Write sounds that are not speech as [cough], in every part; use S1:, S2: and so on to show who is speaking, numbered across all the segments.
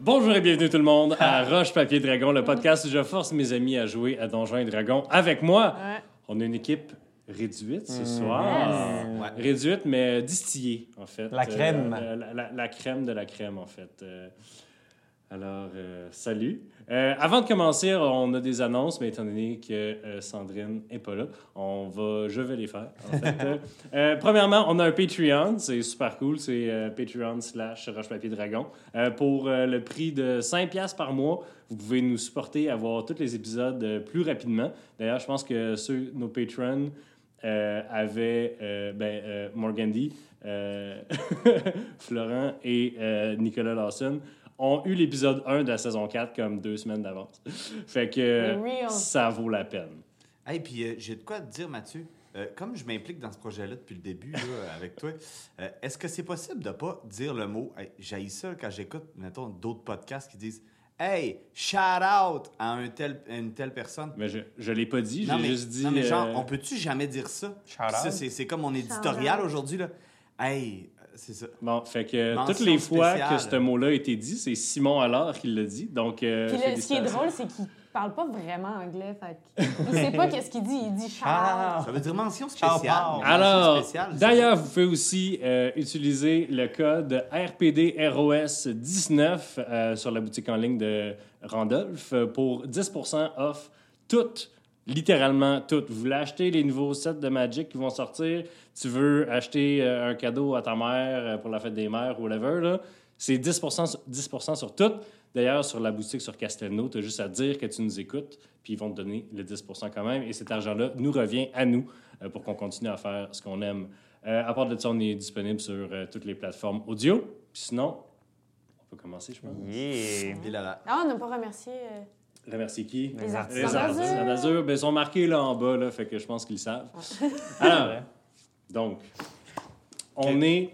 S1: Bonjour et bienvenue tout le monde à Roche Papier Dragon, le podcast où je force mes amis à jouer à Donjons et Dragons avec moi.
S2: Ouais.
S1: On a une équipe réduite
S3: Mm,
S1: ce soir. Réduite, mais distillée, en fait.
S3: La crème.
S1: Euh, la, la- la crème de la crème, en fait. Euh, alors, euh, salut. Euh, avant de commencer, on a des annonces, mais étant donné que euh, Sandrine n'est pas là, on va, je vais les faire. en fait.
S3: [laughs]
S1: Euh, euh, premièrement, on a un Patreon, c'est super cool, c'est euh, Patreon slash Roche Papier Dragon. Euh, pour euh, le prix de 5$ piastres par mois, vous pouvez nous supporter, avoir tous les épisodes euh, plus rapidement. D'ailleurs, je pense que ceux, nos Patrons euh, avaient euh, ben, euh, Morgandi, euh, [laughs] Florent et euh, Nicolas Lawson ont eu l'épisode 1 de la saison 4 comme deux semaines d'avance. [laughs] fait que euh,
S2: Mais real.
S1: ça vaut la peine.
S4: Hey, puis euh, j'ai de quoi te dire, Mathieu. Euh, comme je m'implique dans ce projet-là depuis le début, là, [laughs] avec toi, euh, est-ce que c'est possible de pas dire le mot hey, J'haïs ça quand j'écoute, mettons, d'autres podcasts qui disent Hey, shout out à, un tel, à une telle personne.
S1: Mais je, je l'ai pas dit,
S4: Non,
S1: j'ai
S4: mais,
S1: juste dit.
S4: non, mais genre,
S1: euh,
S4: on peut-tu jamais dire ça?
S3: Shout out.
S4: Puis Ça, c'est, c'est comme mon
S2: Shout
S4: éditorial
S2: out.
S4: aujourd'hui. Là. Hey, euh, c'est ça.
S1: Bon, fait que
S4: Mention
S1: toutes les fois
S4: spéciale.
S1: que ce mot-là a été dit, c'est Simon Allard qui l'a dit. Donc, euh,
S2: Puis là, ce qui est
S1: félicitations.
S2: drôle, c'est qu'il parle pas vraiment anglais. Fait que- il sait pas qu'est-ce qu'il dit. Il dit Charles.
S4: Ça veut dire mention
S3: Shout out.
S4: spéciale. mention
S1: Alors,
S4: spéciale, c'est
S1: d'ailleurs, vous pouvez aussi euh, utiliser le code RPDROS19 euh, sur la boutique en ligne de Randolph euh, pour 10% off toutes, littéralement toutes. Vous voulez acheter les nouveaux sets de Magic qui vont sortir, tu veux acheter euh, un cadeau à ta mère euh, pour la fête des mères ou whatever, là, c'est 10%, sur- 10 sur toutes. D'ailleurs, sur la boutique sur Castelnau, tu as juste à dire que tu nous écoutes, puis ils vont te donner le 10 quand même. Et cet argent-là nous revient à nous euh, pour qu'on continue à faire ce qu'on aime. Euh, à part de ça, on est disponible sur euh, toutes les plateformes audio. Puis sinon, on peut commencer, je pense.
S3: Yeah.
S4: ça. Et là, là.
S2: Ah, on n'a pas remercié euh,
S1: Remercier qui?
S2: les artisans
S1: Les
S3: artisans
S1: artisans
S2: d'Azur.
S1: d'Azur. Ben, ils sont marqués là en bas, là, fait que je pense qu'ils le savent.
S3: Ah
S1: Alors, donc, on est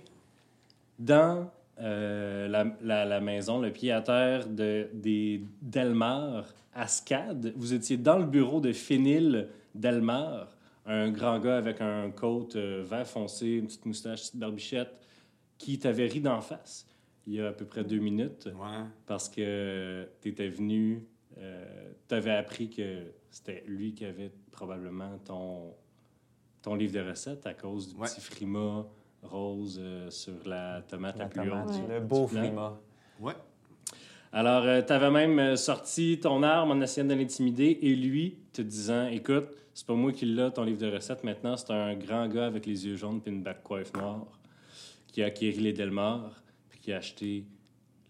S1: dans euh, la, la- la maison, le pied à terre de, des Delmar à Scad. Vous étiez dans le bureau de Fénil Delmar, un grand gars avec un coat euh, vert foncé, une petite moustache, une petite barbichette, qui t'avait ri d'en face il y a à peu près deux minutes
S4: Ouais.
S1: parce que tu étais venu, tu avais appris que c'était lui qui avait probablement ton, ton livre de recettes à cause du
S4: Ouais.
S1: petit frima rose euh, sur la tomate la,
S3: La
S1: plus
S3: tomate,
S1: haute.
S3: le beau
S1: du plan.
S3: frima.
S4: Ouais.
S1: Alors, tu avais même euh, sorti ton arme en essayant de l'intimider et lui te disant Écoute, c'est pas moi qui l'a, ton livre de recettes maintenant, c'est un grand gars avec les yeux jaunes puis une back coiffe noire qui a acquis les Delmar puis qui a acheté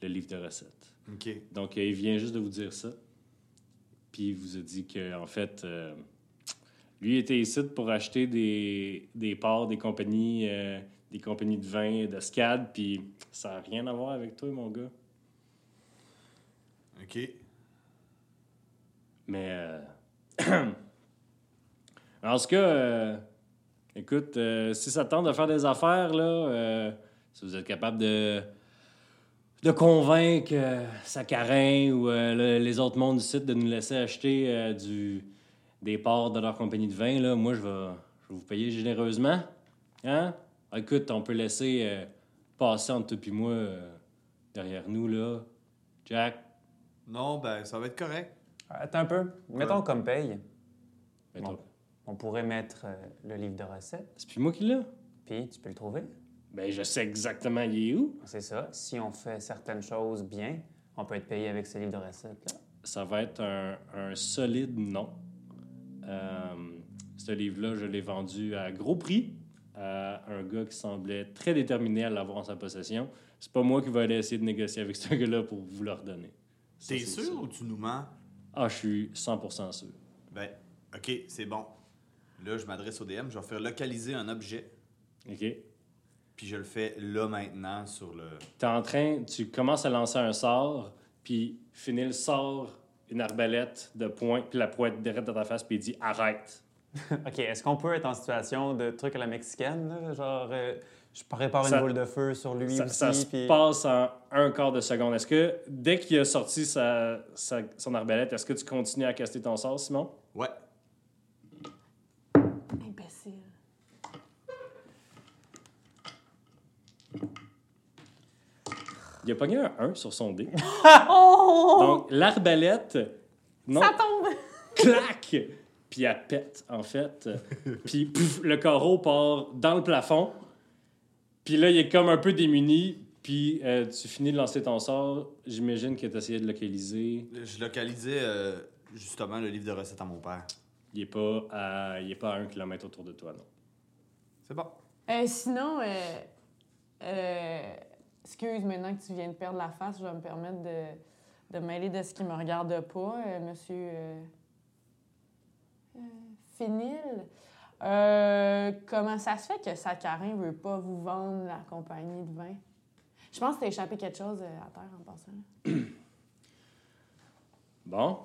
S1: le livre de recettes.
S4: OK.
S1: Donc, euh, il vient juste de vous dire ça. Puis, il vous a dit que, en fait, euh, lui était ici pour acheter des, des parts des compagnies, euh, des compagnies de vin et de SCAD. Puis, ça n'a rien à voir avec toi, mon gars.
S4: OK.
S1: Mais. euh, [clears throat] en tout cas, euh, écoute, euh, si ça te tente de faire des affaires, là, euh, si vous êtes capable de. de convaincre euh, Saccarin ou euh, le- les autres mondes du site de nous laisser acheter euh, du, des parts de leur compagnie de vin, là, moi, je vais, je vais vous payer généreusement. Hein? Ah, Écoute, on peut laisser euh, passer entre toi et moi euh, derrière nous, là. Jack,
S4: Non, ben, ça va être correct.
S3: Attends un peu. Mettons comme paye.
S1: mets-toi.
S3: Bon. On pourrait mettre euh, le livre de recettes,
S1: C'est plus moi qui l'a?
S3: puis tu peux le trouver.
S1: Ben, je sais exactement il est où.
S3: C'est ça. Si on fait certaines choses bien, on peut être payé avec ce livre de recettes-là.
S1: [laughs] Ça va être un, un solide nom. Euh, ce livre-là, je l'ai vendu à gros prix à un gars qui semblait très déterminé à l'avoir en sa possession. C'est pas moi qui vais aller essayer de négocier avec [laughs] ce gars-là pour vous le redonner. Ça,
S4: T'es
S1: c'est
S4: sûr ou tu nous mens?
S1: Ah, je suis 100% sûr.
S4: Ben, OK, c'est bon. Là, je m'adresse au DM, je vais faire localiser un objet,
S1: OK?
S4: puis je le fais là maintenant sur le.
S1: T'es en train, tu commences à lancer un sort, puis Finil sort une arbalète de poing, puis la pointe direct dans ta face, puis il dit arrête.
S3: OK, est-ce qu'on peut être en situation de truc à la mexicaine, là? genre euh, je prépare
S1: Ça-
S3: une boule de feu sur lui
S1: Ça,
S3: aussi,
S1: ça se
S3: puis-
S1: passe en un quart de seconde. Est-ce que dès qu'il a sorti sa, sa- son arbalète, est-ce que tu continues à caster ton sort, Simon?
S4: Ouais.
S2: Imbécile.
S1: Il a pogné un 1 sur son dé.
S2: Oh!
S1: Donc, l'arbalète, non,
S2: ça tombe!
S1: clac! Puis elle pète, en fait. Puis pouf, le carreau part dans le plafond. Puis là, il est comme un peu démuni. Puis euh, tu finis de lancer ton sort. J'imagine que tu essayé de localiser.
S4: Je localisais euh, justement le livre de recettes à mon père.
S1: Il est pas à, il est pas à un kilomètre autour de toi, non.
S4: C'est bon.
S2: Euh, sinon, euh, euh, excuse, maintenant que tu viens de perdre la face, je vais me permettre de, de mêler de ce qui me regarde pas, euh, monsieur euh, euh, Finil. Euh, comment ça se fait que Saccharin veut pas vous vendre la compagnie de vin? Je pense que t'as échappé quelque chose euh, à terre en passant.
S1: Bon.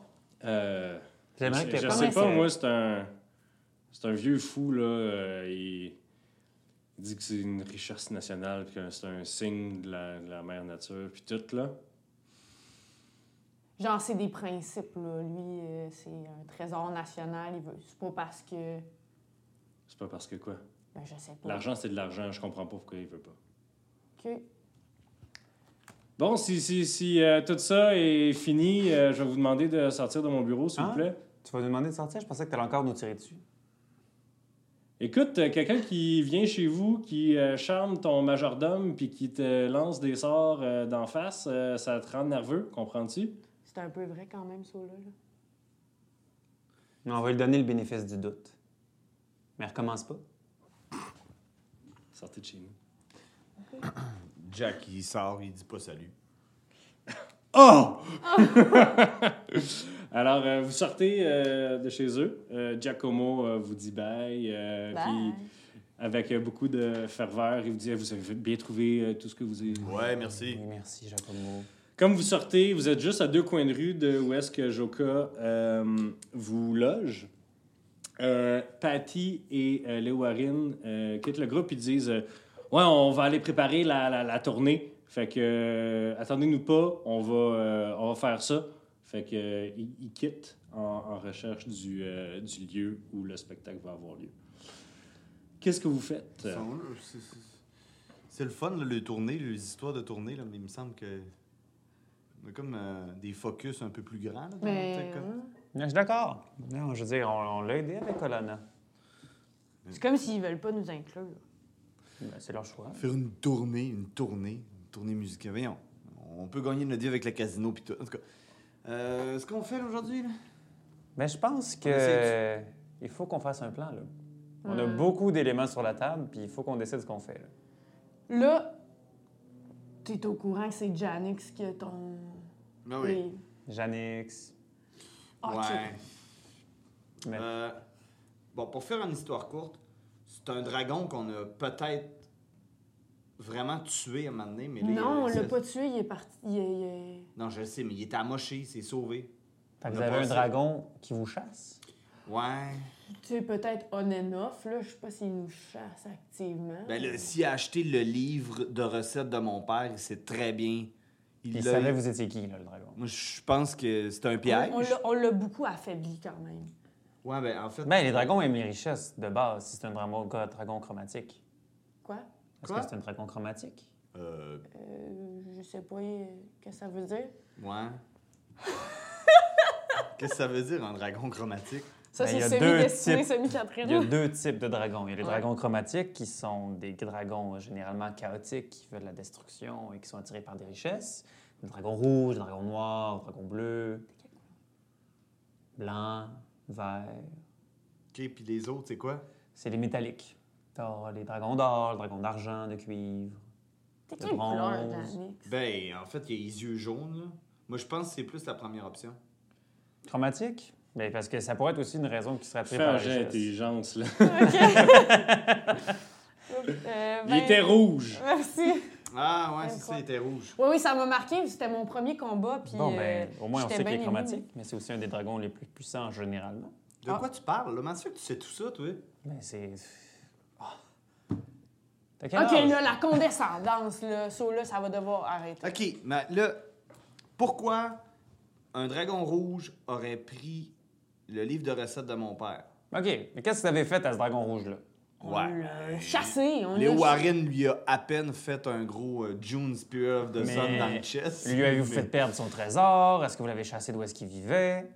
S1: Euh,
S3: J'aimerais
S1: je
S3: que-
S1: je
S2: Comment
S1: sais
S2: ça-
S1: pas, moi, c'est un. C'est un vieux fou, là. euh, il il dit que c'est une richesse nationale, puis que c'est un signe de la, de la mère nature, puis tout, là.
S2: Genre, c'est des principes, là. Lui, euh, c'est un trésor national. Il veut... C'est pas parce que...
S1: C'est pas parce que quoi.
S2: Ben, je sais pas.
S1: L'argent, c'est de l'argent. Je comprends pas pourquoi il veut pas.
S2: Que...
S1: Bon, si, si, si euh, tout ça est fini, euh, je vais vous demander de sortir de mon bureau, s'il
S3: Hein?
S1: vous plaît.
S3: Tu vas nous demander de sortir? Je pensais que t'allais encore nous tirer dessus.
S1: Écoute, euh, quelqu'un qui vient chez vous, qui euh, charme ton majordome, puis qui te lance des sorts euh, d'en face, euh, ça te rend nerveux, comprends-tu?
S2: C'est un peu vrai quand même, ça, là. là.
S3: Mais on va lui donner le bénéfice du doute. Mais recommence pas.
S1: Sortez de chez nous.
S4: Jack, il sort, il dit pas salut.
S1: Oh! [laughs] Alors, euh, vous sortez euh, de chez eux. Euh, Giacomo euh, vous dit bye. euh,
S2: Bye.
S1: puis avec euh, beaucoup de ferveur, il vous dit Eh, Vous avez bien trouvé euh, tout ce que vous avez.
S4: Ouais, merci.
S3: Oui, merci, Giacomo.
S1: Comme vous sortez, vous êtes juste à deux coins de rue de où est-ce que Joka euh, vous loge. Euh, Patty et euh, Léo Warren, euh, quittent le groupe et disent euh, Ouais, on va aller préparer la, la- la tournée. Fait que euh, attendez-nous pas, on va, euh, on va faire ça. Fait que euh, ils ils quittent en, en recherche du, euh, du lieu où le spectacle va avoir lieu. Qu'est-ce que vous faites?
S4: Ils sont là, c'est- c'est- C'est le fun, là, le tourner, les histoires de tourner, là, mais il me semble que. On a comme euh, des focus un peu plus grands. Là, dans notre
S2: Mais...
S4: tête, comme-
S2: hein,
S3: Non, je suis d'accord. Non, je veux dire, on, on l'a aidé avec Colana.
S2: C'est comme s'ils veulent pas nous inclure.
S3: Ben, c'est leur choix.
S4: Faire une tournée, une tournée, une tournée musicale. Voyons, on peut gagner notre vie avec le casino puis tout. En tout cas, euh, ce qu'on fait là, aujourd'hui, là?
S3: Mais Ben, je pense que
S4: On essaie de-
S3: euh, il faut qu'on fasse un plan. Là. On a
S2: Hmm.
S3: beaucoup d'éléments sur la table, puis il faut qu'on décide ce qu'on fait. là.
S2: Là, t'es au courant que c'est Janix qui a ton...
S3: Ah
S4: Ben
S2: Les-
S3: Janix.
S2: Ah, Ok.
S4: Ouais.
S3: Mais-
S4: Euh, bon, pour faire une histoire courte, c'est un dragon qu'on a peut-être vraiment tué à un moment donné, mais là,
S2: Non, on
S4: il-
S2: l'a
S4: ça-
S2: pas tué, il est parti... Il est... il est-
S4: Non, je le sais, mais il était amoché, il s'est sauvé.
S3: Fait que
S4: On
S3: vous
S4: a
S3: avez
S4: pas
S3: un
S4: ça.
S3: dragon qui vous chasse?
S4: Ouais.
S2: Tu es peut-être on and off, là. Je sais pas s'il nous chasse activement.
S4: Ben là, s'il a acheté le livre de recettes de mon père, il sait très bien.
S3: Il,
S4: l'a-
S3: savait vous étiez qui, là, le dragon.
S4: Moi, je pense que c'est un piège.
S2: On- on l'a- on l'a beaucoup affaibli quand même.
S4: Ouais, ben en fait.
S3: Ben, les dragons aiment les richesses de base, si c'est un dragon, dragon chromatique.
S2: Quoi?
S3: Est-ce
S4: Quoi?
S3: que c'est un dragon chromatique?
S4: Euh,
S2: Euh, je sais pas euh, que ça veut dire.
S4: ouais. Qu'est-ce que ça veut dire, un dragon chromatique?
S2: Ça,
S3: Ben, il y
S2: c'est
S3: a deux types.
S2: semi-destiné,
S3: Il y a
S2: semi-Catherine.
S3: deux types de dragons. Il y a les
S2: Ouais.
S3: dragons chromatiques qui sont des dragons euh, généralement chaotiques qui veulent la destruction et qui sont attirés par des richesses. Le dragon rouge, le dragon noir, le dragon bleu, blanc, vert.
S4: Ok, puis les autres, c'est quoi?
S3: C'est les métalliques. T'as les dragons d'or, le dragon d'argent, de cuivre.
S2: T'es
S3: le
S2: quelle couleur,
S3: bronze.
S2: Janix?
S4: Ben, en fait, il y a les yeux jaunes, là. Moi, je pense que c'est plus la première option.
S3: Chromatique? Ben, parce que ça pourrait être aussi une raison qui serait attirée
S1: Fais
S3: par
S1: un
S3: la
S1: jet
S3: richesse.
S1: d'intelligence, là.
S2: Euh,
S4: Ben,
S1: Il était
S2: vingt-
S1: rouge!
S2: Merci.
S4: Ah, ouais, c'est
S2: Même
S4: ça,
S2: quoi.
S4: il était rouge.
S2: Oui, oui, ça m'a marqué. C'était mon premier combat. Puis,
S3: Bon, ben,
S2: euh,
S3: au moins on
S2: j'étais
S3: sait qu'il est
S2: bien
S3: chromatique,
S2: émue.
S3: mais c'est aussi un des dragons les plus puissants généralement.
S4: De
S3: Ah.
S4: quoi tu parles, là? Comment ça fait que tu sais tout ça, toi?
S3: Ben, c'est. Ah. T'as quel
S2: OK,
S3: âge?
S2: là, la condescendance, là, ça, là, ça va devoir arrêter.
S4: OK, mais là, pourquoi un dragon rouge aurait pris le livre de recettes de mon père?
S3: OK, mais qu'est-ce que vous avez fait à ce dragon rouge-là?
S2: On
S4: Ouais.
S2: l'a chassé. On
S4: Léo
S2: l'a-
S4: Warren lui a à peine fait un gros euh, June Spear of the
S3: Mais
S4: Sun dans le chest.
S3: Lui avez-vous
S4: Mais
S3: fait perdre son trésor? Est-ce que vous l'avez chassé d'où est-ce qu'il vivait?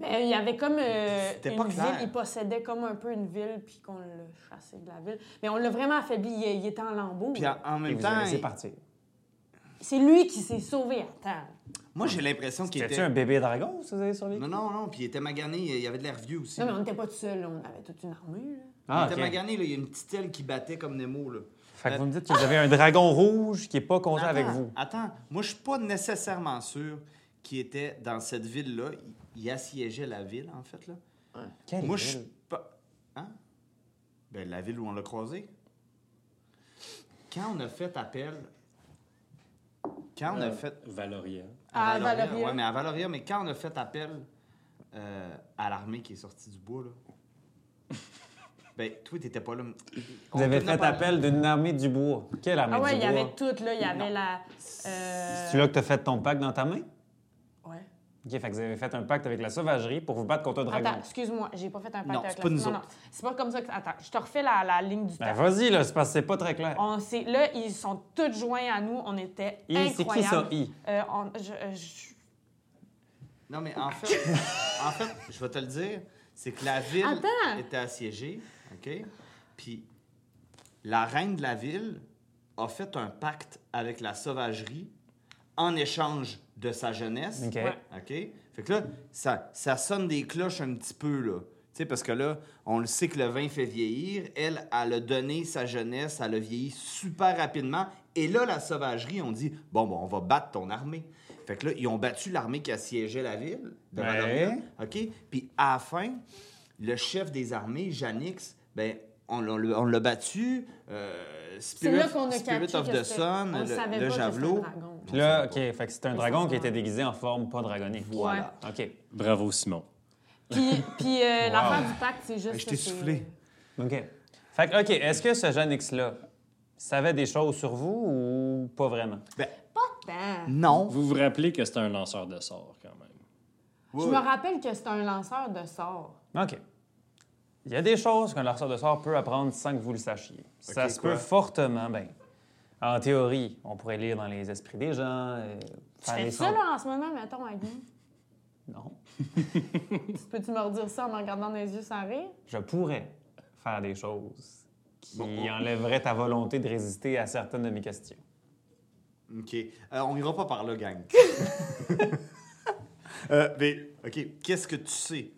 S2: Mais Ben, il y avait comme euh,
S4: C'était pas
S2: une
S4: clair.
S2: ville, il possédait comme un peu une ville, puis qu'on l'a chassé de la ville. Mais on l'a vraiment affaibli, il, il était en lambeaux.
S4: Puis en, en
S3: Et
S4: même
S3: vous avez
S4: temps,
S3: laissé
S4: il-
S3: partir.
S2: C'est lui qui s'est sauvé à terre.
S4: moi j'ai l'impression qu'il
S3: C'était-tu
S4: était.
S3: un bébé dragon, si vous avez survécu?
S4: Non, non, non, puis il était magané, il avait de l'air vieux aussi.
S2: Non, mais on n'était pas tout seul, là. on avait toute une armée. Là.
S3: Ah, ok.
S4: il était magané, là, il y a une petite aile qui battait comme Nemo. Là.
S3: Fait que vous me dites que vous avez un dragon rouge qui est pas content
S4: Attends,
S3: avec vous.
S4: Attends, moi je suis pas nécessairement sûr qu'il était dans cette ville-là. Il, il assiégeait la ville, en fait. Là.
S3: Quelle
S4: moi je
S3: ville?
S4: suis pas. Hein? Ben, la ville où on l'a croisé. Quand on a fait appel. Quand on a
S1: Euh,
S4: fait.
S1: Valoria.
S2: À Valoria.
S4: Ouais, mais à Valoria, mais quand on a fait appel euh, à l'armée qui est sortie du bois, là.
S2: [laughs]
S4: ben, toi, t'étais pas là. mais-
S3: Vous
S4: on
S3: avez
S4: tournait
S3: fait
S4: par-
S3: appel d'une armée du bois. Quelle armée
S2: Ah ouais,
S3: du
S2: il y
S3: bois?
S2: avait tout, euh, là. Il y avait la.
S3: C'est là que t'as fait ton pacte dans ta main?
S2: Ouais.
S3: OK, fait que vous avez fait un pacte avec la sauvagerie pour vous battre contre un dragon.
S2: Attends, excuse-moi, j'ai pas fait un pacte
S4: Non,
S2: avec
S4: c'est
S2: la-
S4: pas nous
S2: non,
S4: autres.
S2: non. C'est pas comme ça que. Attends, je te refais la, la ligne du
S3: Ben
S2: temps.
S3: vas-y, là, c'est parce que c'est pas très clair.
S2: On s'est- Là, ils sont tous joints à nous. On était
S3: I, c'est qui ça,
S2: incroyables.
S3: I?
S2: Euh, on- je- euh, je-
S4: Non, mais en fait, en fait, je vais te le dire, c'est que la ville
S2: Attends.
S4: était assiégée, OK? Puis la reine de la ville a fait un pacte avec la sauvagerie en échange de sa jeunesse.
S3: OK.
S2: Ouais.
S4: OK? Fait que là, ça, ça sonne des cloches un petit peu, là. Tu sais, parce que là, on le sait que le vin fait vieillir. Elle, elle a donné sa jeunesse, elle a vieilli super rapidement. Et là, la sauvagerie, on dit bon, bon, on va battre ton armée. Fait que là, ils ont battu l'armée qui assiégeait la ville de
S3: Ouais.
S4: Valoria, OK? Puis à la fin, le chef des armées, Janix, ben, on l'a- on l'a battu. euh,
S2: C'est
S4: Spirit,
S2: là qu'on a
S4: Spirit
S2: capté
S4: of
S2: que
S4: the
S2: c'était-
S4: Sun,
S2: on savait
S4: le, le
S2: pas que c'était un
S4: javelot.
S2: dragon.
S3: Puis là,
S4: On
S3: OK,
S4: savait
S3: fait que c'était un dragon qui
S2: Ouais.
S3: était déguisé en forme pas dragonique.
S4: Voilà.
S3: OK.
S1: Bravo, Simon.
S2: Puis, puis euh, l'affaire du pacte, c'est juste.
S4: Hey, Ben, je
S2: que
S4: t'ai
S2: c'est-
S4: soufflé.
S3: OK. Fait que, OK, est-ce que ce Janix-là savait des choses sur vous ou pas vraiment?
S2: Pas tant.
S4: pas. Non.
S1: Vous vous rappelez que c'était un lanceur de sorts, quand même.
S4: Oui,
S2: Je
S4: oui.
S2: me rappelle que c'était un lanceur de sorts.
S3: OK. Il y a des choses qu'un lanceur de sort peut apprendre sans que vous le sachiez. Ça
S4: OK,
S3: se
S4: quoi?
S3: peut fortement, ben. En théorie, on pourrait lire dans les esprits des gens. euh,
S2: Tu
S3: faire
S2: fais
S3: les
S2: ça,
S3: sens-
S2: là, en ce moment, mettons, à Guy?
S3: Non.
S2: Tu Peux-tu me redire ça en me regardant dans les yeux sans rire?
S3: Je pourrais faire des choses qui
S4: Bon, on-
S3: enlèveraient ta volonté de résister à certaines de mes questions.
S4: OK. Euh, on ira pas par
S2: [laughs]
S4: là, gang. Euh, mais, OK, qu'est-ce que tu sais?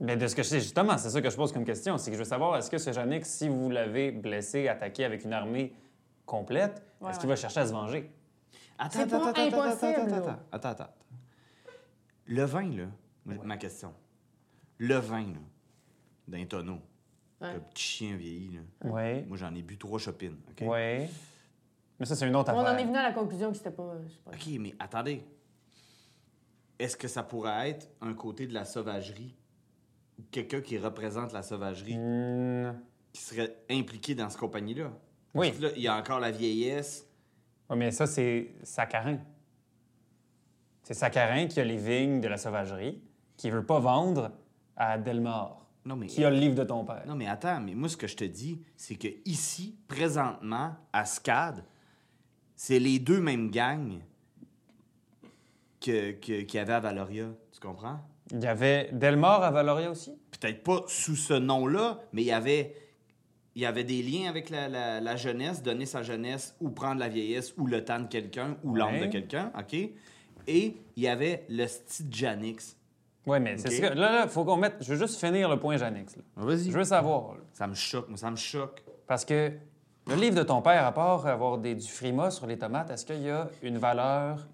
S3: Mais de ce que je sais, justement, c'est ça que je pose comme question. C'est que je veux savoir, est-ce que ce Jannick, si vous l'avez blessé, attaqué avec une armée complète,
S2: Ouais,
S3: est-ce qu'il
S2: ouais.
S3: va chercher à se venger?
S4: Attends,
S2: C'est pas impossible,
S4: attends,
S2: là.
S4: attends, attends, attends. Le vin, là, moi, ma question. Le vin, là, d'un tonneau,
S2: Ouais.
S4: le petit chien vieilli, là.
S3: Oui.
S4: Moi, j'en ai bu trois chopines, OK?
S3: Oui. Mais ça, c'est une autre
S2: On
S3: affaire.
S2: en est venu à la conclusion que c'était pas. c'est pas-
S4: OK, mais attendez. Est-ce que ça pourrait être un côté de la sauvagerie? Ou Quelqu'un qui représente la sauvagerie
S3: Hmm.
S4: qui serait impliqué dans cette compagnie-là?
S3: Oui.
S4: Parce que là, il y a encore la vieillesse.
S3: Ouais, mais ça, c'est Saccharin. C'est Saccharin qui a les vignes de la sauvagerie, qui veut pas vendre à Delmar,
S4: Non, mais...
S3: qui a le livre de ton père.
S4: Non, mais attends, mais moi, ce que je te dis, c'est que ici, présentement, à SCAD, c'est les deux mêmes gangs que, que- qu'il y avait à Valoria. Tu comprends?
S3: Il y avait Delmar à Valoria aussi?
S4: Peut-être pas sous ce nom-là, mais il y avait. Il y avait des liens avec la, la- la jeunesse, donner sa jeunesse ou prendre la vieillesse ou le temps de quelqu'un ou l'âme
S3: Ouais.
S4: de quelqu'un, OK? Et il y avait le style Janix.
S3: Oui, mais c'est
S4: Ok.
S3: ce que- Là, là, faut qu'on mette... Je veux juste finir le point Janix. là.
S4: Vas-y.
S3: Je veux savoir, là.
S4: Ça me choque, moi, ça me choque.
S3: Parce que le livre de ton père, à part avoir des, du frima sur les tomates, est-ce qu'il y a une valeur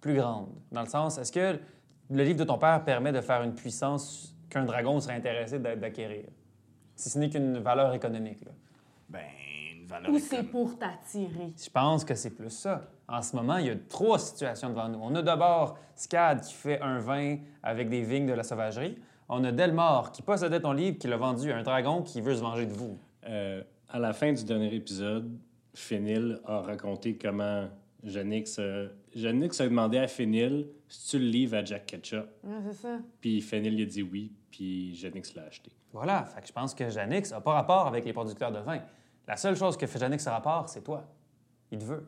S3: plus grande? Dans le sens, est-ce que le livre de ton père permet de faire une puissance qu'un dragon serait intéressé d'a- d'acquérir? Si ce n'est qu'une valeur économique. là.
S4: Ben, une valeur.
S2: Ou c'est
S4: économique.
S2: pour t'attirer.
S3: Je pense que c'est plus ça. En ce moment, il y a trois situations devant nous. On a d'abord Scad qui fait un vin avec des vignes de la sauvagerie. On a Delmar qui possédait ton livre, qui l'a vendu à un dragon qui veut se venger de vous.
S1: Euh, à la fin du dernier épisode, Fénil a raconté comment Janix euh, Yannick s'est demandé à Fénil si tu le livres à Jack Ketchup.
S2: Ouais, c'est ça.
S1: Puis Fénil il a dit oui, puis Yannick se l'a acheté.
S3: Voilà, fait que je pense que Janix n'a pas rapport avec les producteurs de vin. La seule chose que fait Janix a rapport, c'est toi. Il te veut.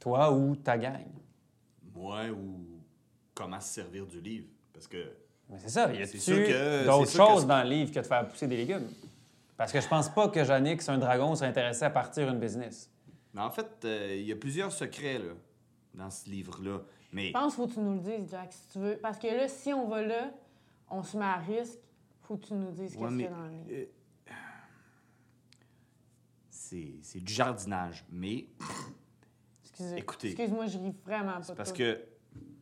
S3: Toi ou ta gang.
S4: Moi ou comment se servir du livre. Parce que
S3: Mais c'est ça, il y a
S4: C'est sûr que-
S3: d'autres
S4: c'est sûr que
S3: choses
S4: c'est-
S3: dans le livre que de faire pousser des légumes. Parce que je pense pas que Janix, un dragon, soit intéressé à partir une business.
S4: Mais en fait, euh, il y a plusieurs secrets là, dans ce livre-là. Mais
S2: Je pense qu'il faut que tu nous le dises, Jack, si tu veux. Parce que là, si on va là, on se met à risque. Faut que tu nous dises
S4: Ouais,
S2: qu'est-ce
S4: mais-
S2: qu'il y a dans le livre.
S4: euh, c'est c'est du jardinage. Mais
S2: Excusez.
S4: écoutez.
S2: Excuse-moi, je ris vraiment pas. de
S4: parce
S2: toi.
S4: que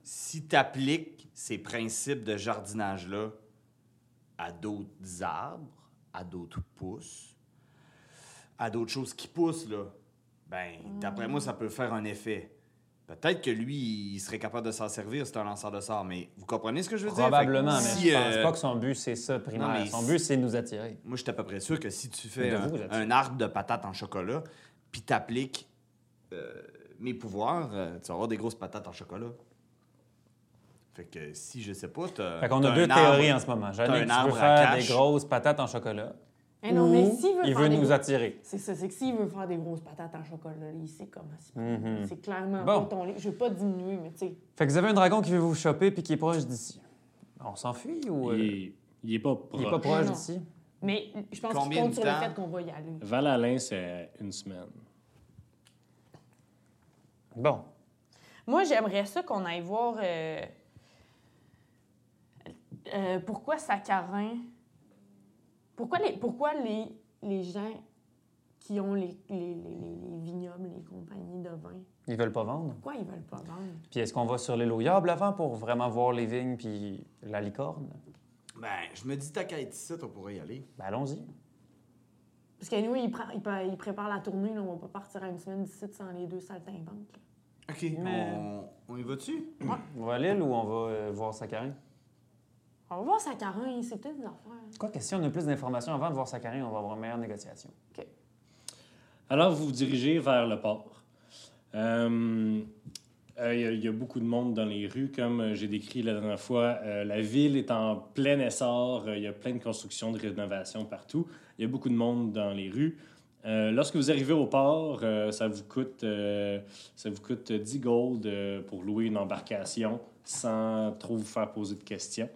S4: si tu appliques ces principes de jardinage-là à d'autres arbres, à d'autres pousses, à d'autres choses qui poussent, là, ben, d'après moi, ça peut faire un effet. Peut-être que lui, il serait capable de s'en servir, c'est un lanceur de sort, mais vous comprenez ce que je veux dire?
S3: Probablement,
S4: Fait
S3: mais
S4: que si,
S3: je pense
S4: euh,
S3: pas que son but, c'est ça, primaire.
S4: Non, mais
S3: Son
S4: si-
S3: but, c'est de nous attirer.
S4: Moi, je suis à peu près sûr que si tu fais
S3: De
S4: un,
S3: vous, vous êtes
S4: un arbre de patates en chocolat, puis t'appliques euh, mes pouvoirs, euh, tu vas avoir des grosses patates en chocolat. Fait que si je sais pas, t'as.
S3: Fait qu'on a
S4: Euh, t'as
S3: deux
S4: un arbre-
S3: théories en ce moment.
S4: un
S3: Janix, tu veux
S4: arbre à
S3: faire des
S4: cache.
S3: grosses patates en chocolat.
S2: Eh non, mais s'il veut
S3: il
S2: faire
S3: veut
S2: des
S3: nous
S2: gros-
S3: attirer.
S2: C'est ça, c'est que s'il veut faire des grosses patates en chocolat, il sait comment c'est.
S3: Mhm.
S2: C'est clairement
S3: Bon.
S2: pas ton livre. Je veux pas diminuer, mais tu sais.
S3: Fait que vous avez un dragon qui veut vous choper puis qui est proche d'ici. On s'enfuit ou... euh,
S1: Il, est, il est pas proche.
S3: il est pas proche
S2: Non.
S3: d'ici?
S2: Mais je pense qu'il
S4: Combien
S2: compte
S4: de
S2: sur le
S4: temps?
S2: fait qu'on va y aller.
S1: Val-Alain, c'est une semaine.
S3: Bon.
S2: Moi, j'aimerais ça qu'on aille voir euh, euh, pourquoi Saccharin. Pourquoi les, pourquoi les, les gens qui ont les, les, les- les- les vignobles, les compagnies de vin,
S3: Ils veulent pas vendre.
S2: pourquoi ils veulent pas vendre?
S3: Puis est-ce qu'on va sur l'île au Yable avant pour vraiment voir les vignes puis la licorne?
S4: Ben, je me dis, t'as qu'à être ici, on pourrait y aller.
S3: Ben allons-y.
S2: Parce que nous, ils, prend- ils pa- ils préparent la tournée, là, on va pas partir à une semaine d'ici sans les deux saltimbanques. là.
S4: OK.
S3: Mais-
S4: On, on y va-tu?
S3: On va à l'île ou on va euh, voir Saccharin?
S2: On va voir Saccharin, c'est peut-être une affaire.
S3: Quoi que si on a plus d'informations avant de voir Saccharin, on va avoir une meilleure négociation.
S1: Alors, vous vous dirigez vers le port. Euh, euh, Il y, a- il y a beaucoup de monde dans les rues, comme euh, j'ai décrit la dernière fois. Euh, la ville est en plein essor. Euh, Il y a plein de constructions, de rénovations partout. Il y a beaucoup de monde dans les rues. Euh, lorsque vous arrivez au port, euh, ça, vous coûte, euh, ça vous coûte 10 gold euh, pour louer une embarcation sans trop vous faire poser de questions.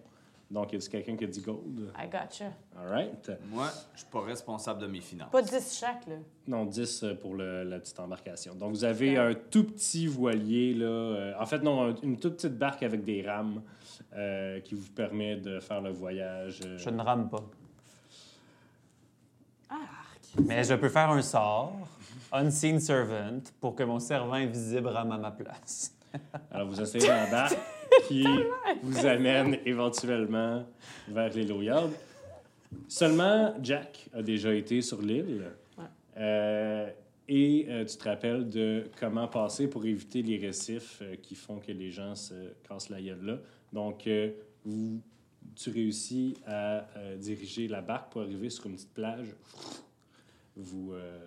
S1: Donc, y a quelqu'un qui a 10 gold?
S2: I gotcha.
S1: All right.
S4: Moi, je suis pas responsable de mes finances.
S2: Pas 10 chaque, là.
S1: Non, 10 euh, pour le- la petite embarcation. Donc, vous avez un tout petit voilier, là. euh, en fait, non, un- une toute petite barque avec des rames euh, qui vous permet de faire le voyage. euh.
S3: Je ne rame pas.
S2: Arc!
S3: Mais je peux faire un sort, Unseen Servant, pour que mon servant invisible rame à ma place.
S1: Alors, vous essayez la barque qui vous amène éventuellement vers l'île aux Yarbes. Seulement, Jack a déjà été sur l'île.
S2: Ouais.
S1: Euh, et euh, tu te rappelles de comment passer pour éviter les récifs euh, qui font que les gens se cassent la gueule là. Donc, euh, vous- tu réussis à euh, diriger la barque pour arriver sur une petite plage. Vous, euh,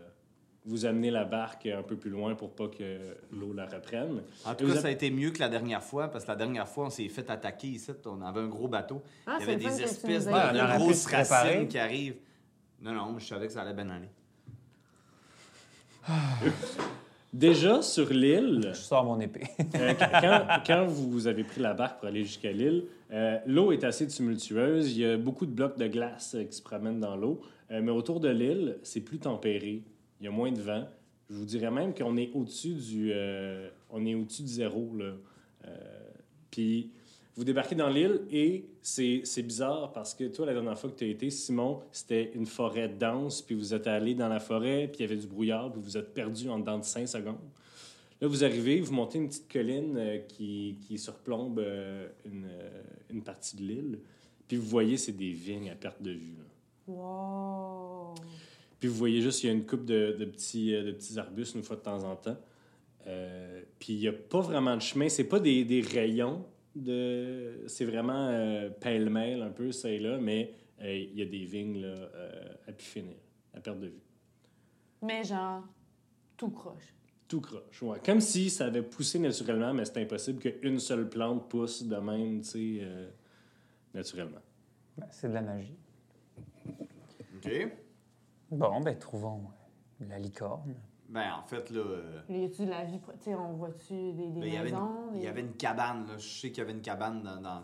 S1: vous amenez la barque un peu plus loin pour pas que l'eau la reprenne.
S4: En
S1: Et
S4: tout
S1: vous
S4: cas,
S1: êtes-
S4: ça a été mieux que la dernière fois, parce que la dernière fois, on s'est fait attaquer ici. On avait un gros bateau.
S2: Ah,
S4: Il y
S2: c'est
S4: avait
S2: le fun
S4: des
S2: que tu
S4: espèces de,
S2: nous aies
S3: dit. Ouais, on aurait
S4: de
S3: pu
S4: grosses
S3: se préparer.
S4: racines qui arrivent. Non, non, je savais que ça allait bien aller.
S1: Déjà sur l'île,
S3: Je sors mon épée. [laughs]
S1: euh, quand, quand vous avez pris la barque pour aller jusqu'à l'île, euh, l'eau est assez tumultueuse. Il y a beaucoup de blocs de glace euh, qui se promènent dans l'eau. Euh, mais autour de l'île, c'est plus tempéré. Il y a moins de vent. Je vous dirais même qu'on est au-dessus du, euh, on est au-dessus du zéro. Là. Euh, Puis vous débarquez dans l'île et c'est c'est bizarre parce que toi, la dernière fois que tu as été, Simon, c'était une forêt dense. Puis vous êtes allé dans la forêt, puis il y avait du brouillard, puis vous êtes perdu en dedans de 5 secondes. Là, vous arrivez, vous montez une petite colline euh, qui, qui surplombe euh, une, euh, une partie de l'île. Puis vous voyez, c'est des vignes à perte de vue. là.
S2: Wow!
S1: Puis vous voyez juste, il y a une coupe de, de petits, euh, de petits arbustes une fois de temps en temps. Euh, puis il n'y a pas vraiment de chemin. C'est pas des, des rayons. De... C'est vraiment euh, pêle-mêle un peu, ça et là. Mais euh, il y a des vignes là, euh, à pu finir, à perte de vue.
S2: Mais genre, tout croche.
S1: tout croche. ouais. Comme si ça avait poussé naturellement, mais c'est impossible qu'une seule plante pousse de même, tu sais, euh, naturellement.
S3: Ben, c'est de la magie.
S4: OK.
S3: Bon, ben trouvons la licorne.
S4: Ben, en fait, là. euh,
S2: Y a-tu de la vie? pro- Tu sais, on voit-tu des, des
S4: ben, il, y avait
S2: maisons?
S4: une,
S2: des-
S4: il y avait une cabane, là. Je sais qu'il y avait une cabane dans, dans,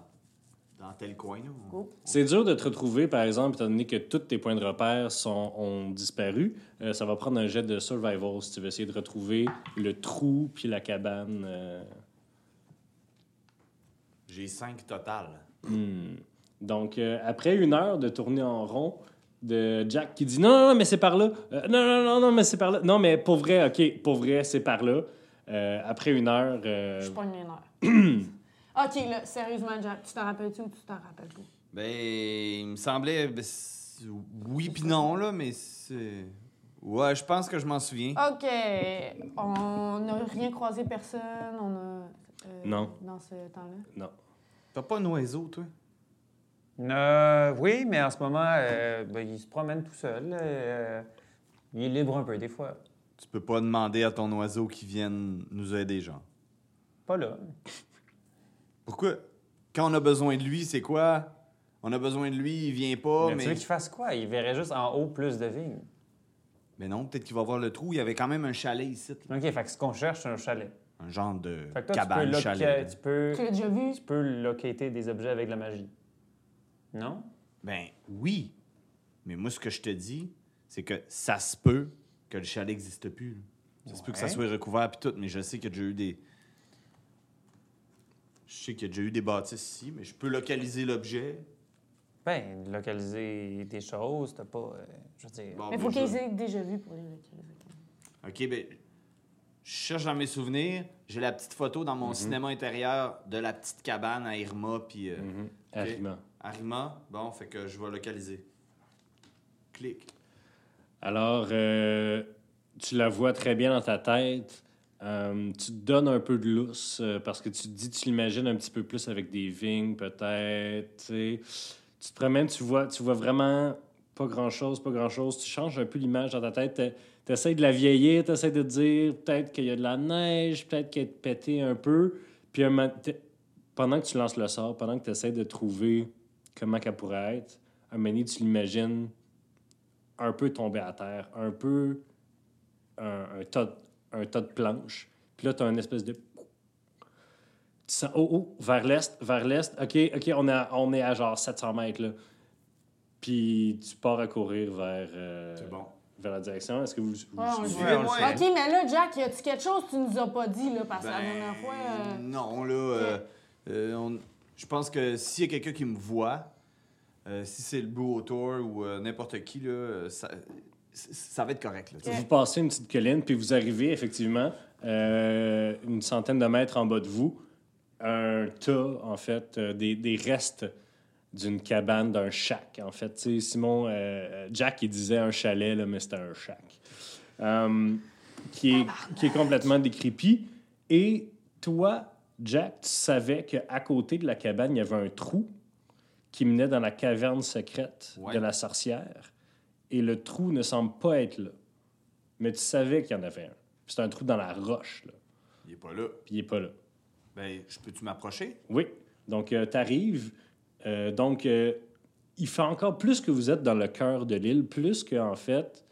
S4: dans tel coin, là.
S2: Go.
S1: C'est dur de te retrouver, par exemple, étant donné que tous tes points de repère sont, ont disparu. Euh, ça va prendre un jet de survival si tu veux essayer de retrouver le trou puis la cabane. euh,
S4: J'ai cinq total.
S1: Hmm. Donc, euh, après une heure de tourner en rond, de Jack qui dit non, non, non, mais c'est par là. Euh, non, non, non, non, mais c'est par là. Non, mais pour vrai, OK, pour vrai, c'est par là. Euh, après une heure, euh,
S2: Je pogne une heure.
S4: [clears throat]
S2: OK, là, sérieusement, Jack, tu t'en rappelles-tu ou tu t'en rappelles pas?
S4: Ben, il me semblait. ben, c'est- oui, puis non, là, mais c'est. Ouais, je pense que je m'en souviens.
S2: OK. On n'a rien croisé personne. On a. euh,
S1: Non.
S2: Dans ce temps-là.
S1: non.
S4: T'as pas un oiseau, toi?
S3: Euh, oui, mais en ce moment, euh, ben, il se promène tout seul. euh, il est libre un peu, des fois.
S4: Tu peux pas demander à ton oiseau qu'il vienne nous aider, genre.
S3: Pas là.
S4: Pourquoi? Quand on a besoin de lui, c'est quoi? On a besoin de lui, il vient pas,
S3: mais,
S4: Oh, mais...
S3: tu veux qu'il fasse quoi? Il verrait juste en haut plus de vignes.
S4: Mais non, peut-être qu'il va voir le trou. Il y avait quand même un chalet ici. là.
S3: OK, fait que ce qu'on cherche, c'est un chalet.
S4: Un genre de
S3: Fait que toi,
S4: cabane
S3: tu, peux loca-
S4: chalet. là.
S3: tu, peux,
S1: Euh,
S2: Tu l'as déjà vu?
S3: tu peux locater des objets avec de la magie. Non?
S4: Ben oui. Mais moi, ce que je te dis, c'est que ça se peut que le chalet n'existe plus. là. Ça se peut que ça
S3: Ouais.
S4: soit recouvert puis tout, mais je sais qu'il y a déjà eu des... Je sais qu'il y a déjà eu des bâtisses ici, mais je peux localiser l'objet.
S3: Ben, localiser des choses, t'as pas. euh, je veux dire.
S4: Bon,
S2: Mais
S4: ben,
S2: faut
S4: je-
S2: qu'ils aient déjà vu pour les localiser.
S4: OK, ben, je cherche dans mes souvenirs. J'ai la petite photo dans mon cinéma intérieur de la petite cabane à Irma puis euh,
S1: Arima.
S4: à Rima. Bon, fait que je vais localiser. Clic.
S1: Alors, euh, tu la vois très bien dans ta tête. Euh, tu te donnes un peu de lousse euh, parce que tu te dis, tu l'imagines un petit peu plus avec des vignes, peut-être. tu sais. Tu te promènes, tu vois, tu vois vraiment pas grand-chose, pas grand-chose. Tu changes un peu l'image dans ta tête. Tu essaies de la vieillir, tu essaies de te dire peut-être qu'il y a de la neige, peut-être qu'elle est pétée un peu. Puis un moment- t'es- pendant que tu lances le sort, pendant que tu essaies de trouver comment qu'elle pourrait être, un moment donné, tu l'imagines un peu tombé à terre, un peu un, un tas, de- un tas de planches. Puis là, tu as une espèce de. Tu sens, oh, oh, vers l'est, vers l'est. OK, OK, on, est à- on est à genre 700 mètres, là. Puis tu pars à courir vers, euh,
S4: C'est bon.
S1: vers la direction. Est-ce que vous, vous
S2: Ouais, on le
S1: suivez?
S2: voit.
S4: Suivez-moi.
S2: OK, mais là, Jack, y a-tu quelque chose que tu nous as pas dit, là, parce que ah, la
S4: Ben,
S2: dernière fois. euh,
S4: Non, là, euh, euh, on- je pense que s'il y a quelqu'un qui me voit, euh, si c'est le Blue Autor ou euh, n'importe qui, là, euh, ça, c- ça va être correct. Là, tu sais.
S1: Vous passez une petite colline, puis vous arrivez effectivement euh, une centaine de mètres en bas de vous, un tas, en fait, euh, des, des restes d'une cabane, d'un shack, en fait. Tu sais, Simon, euh, Jack, il disait un chalet, là, mais c'était un shack. Euh, qui, est, qui est complètement décrépit. Et toi, Jack, tu savais qu'à côté de la cabane, il y avait un trou qui menait dans la caverne secrète
S4: Ouais.
S1: de la sorcière. Et le trou ne semble pas être là. Mais tu savais qu'il y en avait un. Puis C'est un trou dans la roche, là.
S4: Il est pas là.
S1: Puis il n'est pas là.
S4: Ben, je peux-tu m'approcher?
S1: Oui. Donc, tu arrives. donc, euh, il fait encore plus que vous êtes dans le cœur de l'île, plus qu'en fait,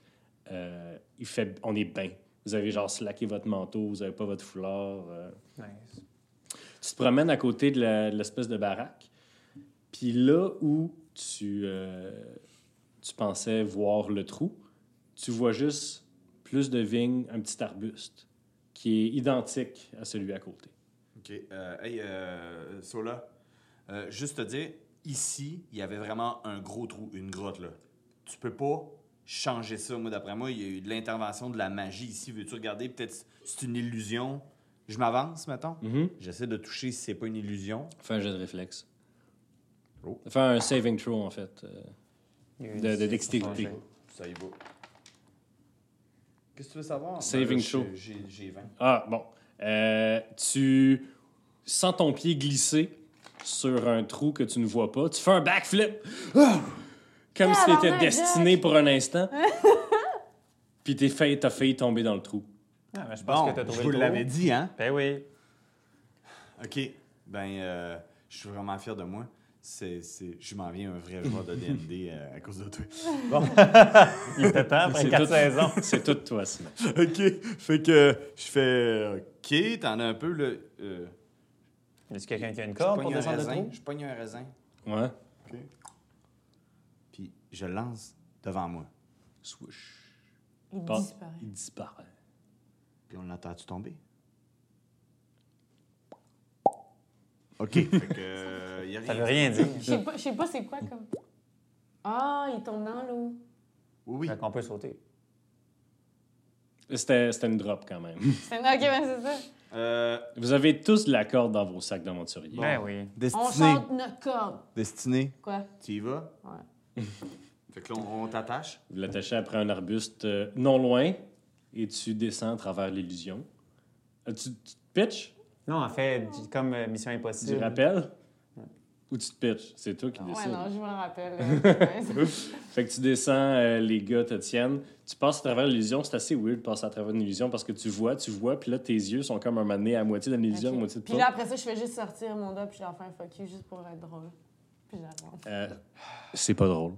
S1: euh, il fait, on est bien. Vous avez genre slacké votre manteau, vous n'avez pas votre foulard. euh.
S3: Nice.
S1: Tu te promènes à côté de la- de l'espèce de, baraque. Puis là où tu, euh, tu pensais voir le trou, tu vois juste plus de vignes, un petit arbuste qui est identique à celui à côté.
S4: OK. euh, hey, euh, Sola, euh, juste te dire, ici, il y avait vraiment un gros trou, une grotte, là. Tu peux pas changer ça, moi, d'après moi. Il y a eu de l'intervention de la magie ici. Veux-tu regarder? Peut-être c'est une illusion. Je m'avance, mettons.
S1: Mhm.
S4: J'essaie de toucher si c'est pas une illusion.
S1: Fais un jeu de réflexe.
S4: Oh.
S1: Fais un saving throw, en fait. euh,
S3: Il y a eu
S1: de-
S3: une
S1: de,
S3: six
S1: dextérité.
S3: pour changer.
S4: Ça y va. Qu'est-ce que tu veux savoir?
S1: Saving
S4: là,
S1: show.
S4: j'ai- J'ai j'ai 20.
S1: Ah, bon. Euh, tu sens ton pied glisser sur un trou que tu ne vois pas. Tu fais un backflip. Ah! Comme s'il était
S2: Tabarnak, [laughs]
S1: destiné pour un instant. Puis t'es failli- t'as failli tomber dans le trou.
S3: Ah, mais je pense
S4: Bon,
S3: que tu as
S4: je
S3: trouvé
S4: vous
S3: le trou.
S4: l'avais dit, hein?
S3: Ben oui.
S4: OK. Ben, euh, je suis vraiment fier de moi. C'est, c'est- Je m'en viens un vrai joueur de D&D euh, à cause de toi. Bon,
S3: Il était temps après
S1: C'est
S3: 4
S1: tout-
S3: saisons.
S1: [laughs] C'est tout toi, Simon.
S4: [laughs] OK. Fait que je fais... OK, t'en as un peu, là. euh,
S3: Y a-tu quelqu'un qui a une
S4: je
S3: corde pour
S4: pogne un
S3: descendre le
S4: raisin.
S3: trou?
S4: Je pogne un raisin.
S1: Ouais.
S4: Puis je lance devant moi.
S1: Swoosh.
S2: Il
S1: Bon.
S2: disparaît.
S1: Il disparaît.
S4: Puis on l'entend-tu tomber? OK. fait que... euh, y a
S3: Ça
S4: rien.
S3: veut rien dire.
S2: Je sais pas, je sais pas c'est quoi comme. Ah, il tombe dans l'eau.
S4: Oui, oui.
S3: Fait qu'on peut sauter.
S1: C'était c'était une drop quand même.
S2: C'est ok, ben c'est ça.
S4: Euh,
S1: Vous avez tous de la corde dans vos sacs de monturier.
S3: Ben oui.
S2: On
S4: destiné.
S2: chante notre corde.
S4: Destiné.
S2: Quoi?
S4: Tu y vas?
S2: Ouais.
S4: Fait que là, on, on t'attache.
S1: Vous l'attachez après un arbuste euh, non loin et tu descends à travers l'illusion. Euh, tu, tu te pitches,
S3: Non, en fait, du- comme euh, Mission
S1: tu
S3: Impossible.
S1: rappelles ou tu te pitches. C'est toi qui
S2: Ah Ouais,
S1: décides. [laughs]
S2: non, je me le rappelle. euh,
S1: Fait que tu descends, euh, les gars te tiennent. Tu passes à travers l'illusion. C'est assez weird de passer à travers une illusion parce que tu vois, tu vois, puis là, tes yeux sont comme un moment donné à moitié dans l'illusion, à
S2: Ok.
S1: moitié de
S2: Puis
S1: toi.
S2: là, après ça, je fais juste sortir mon doigt, puis je leur fais un fuck you juste pour être drôle. Puis j'attends.
S1: Euh, c'est pas drôle.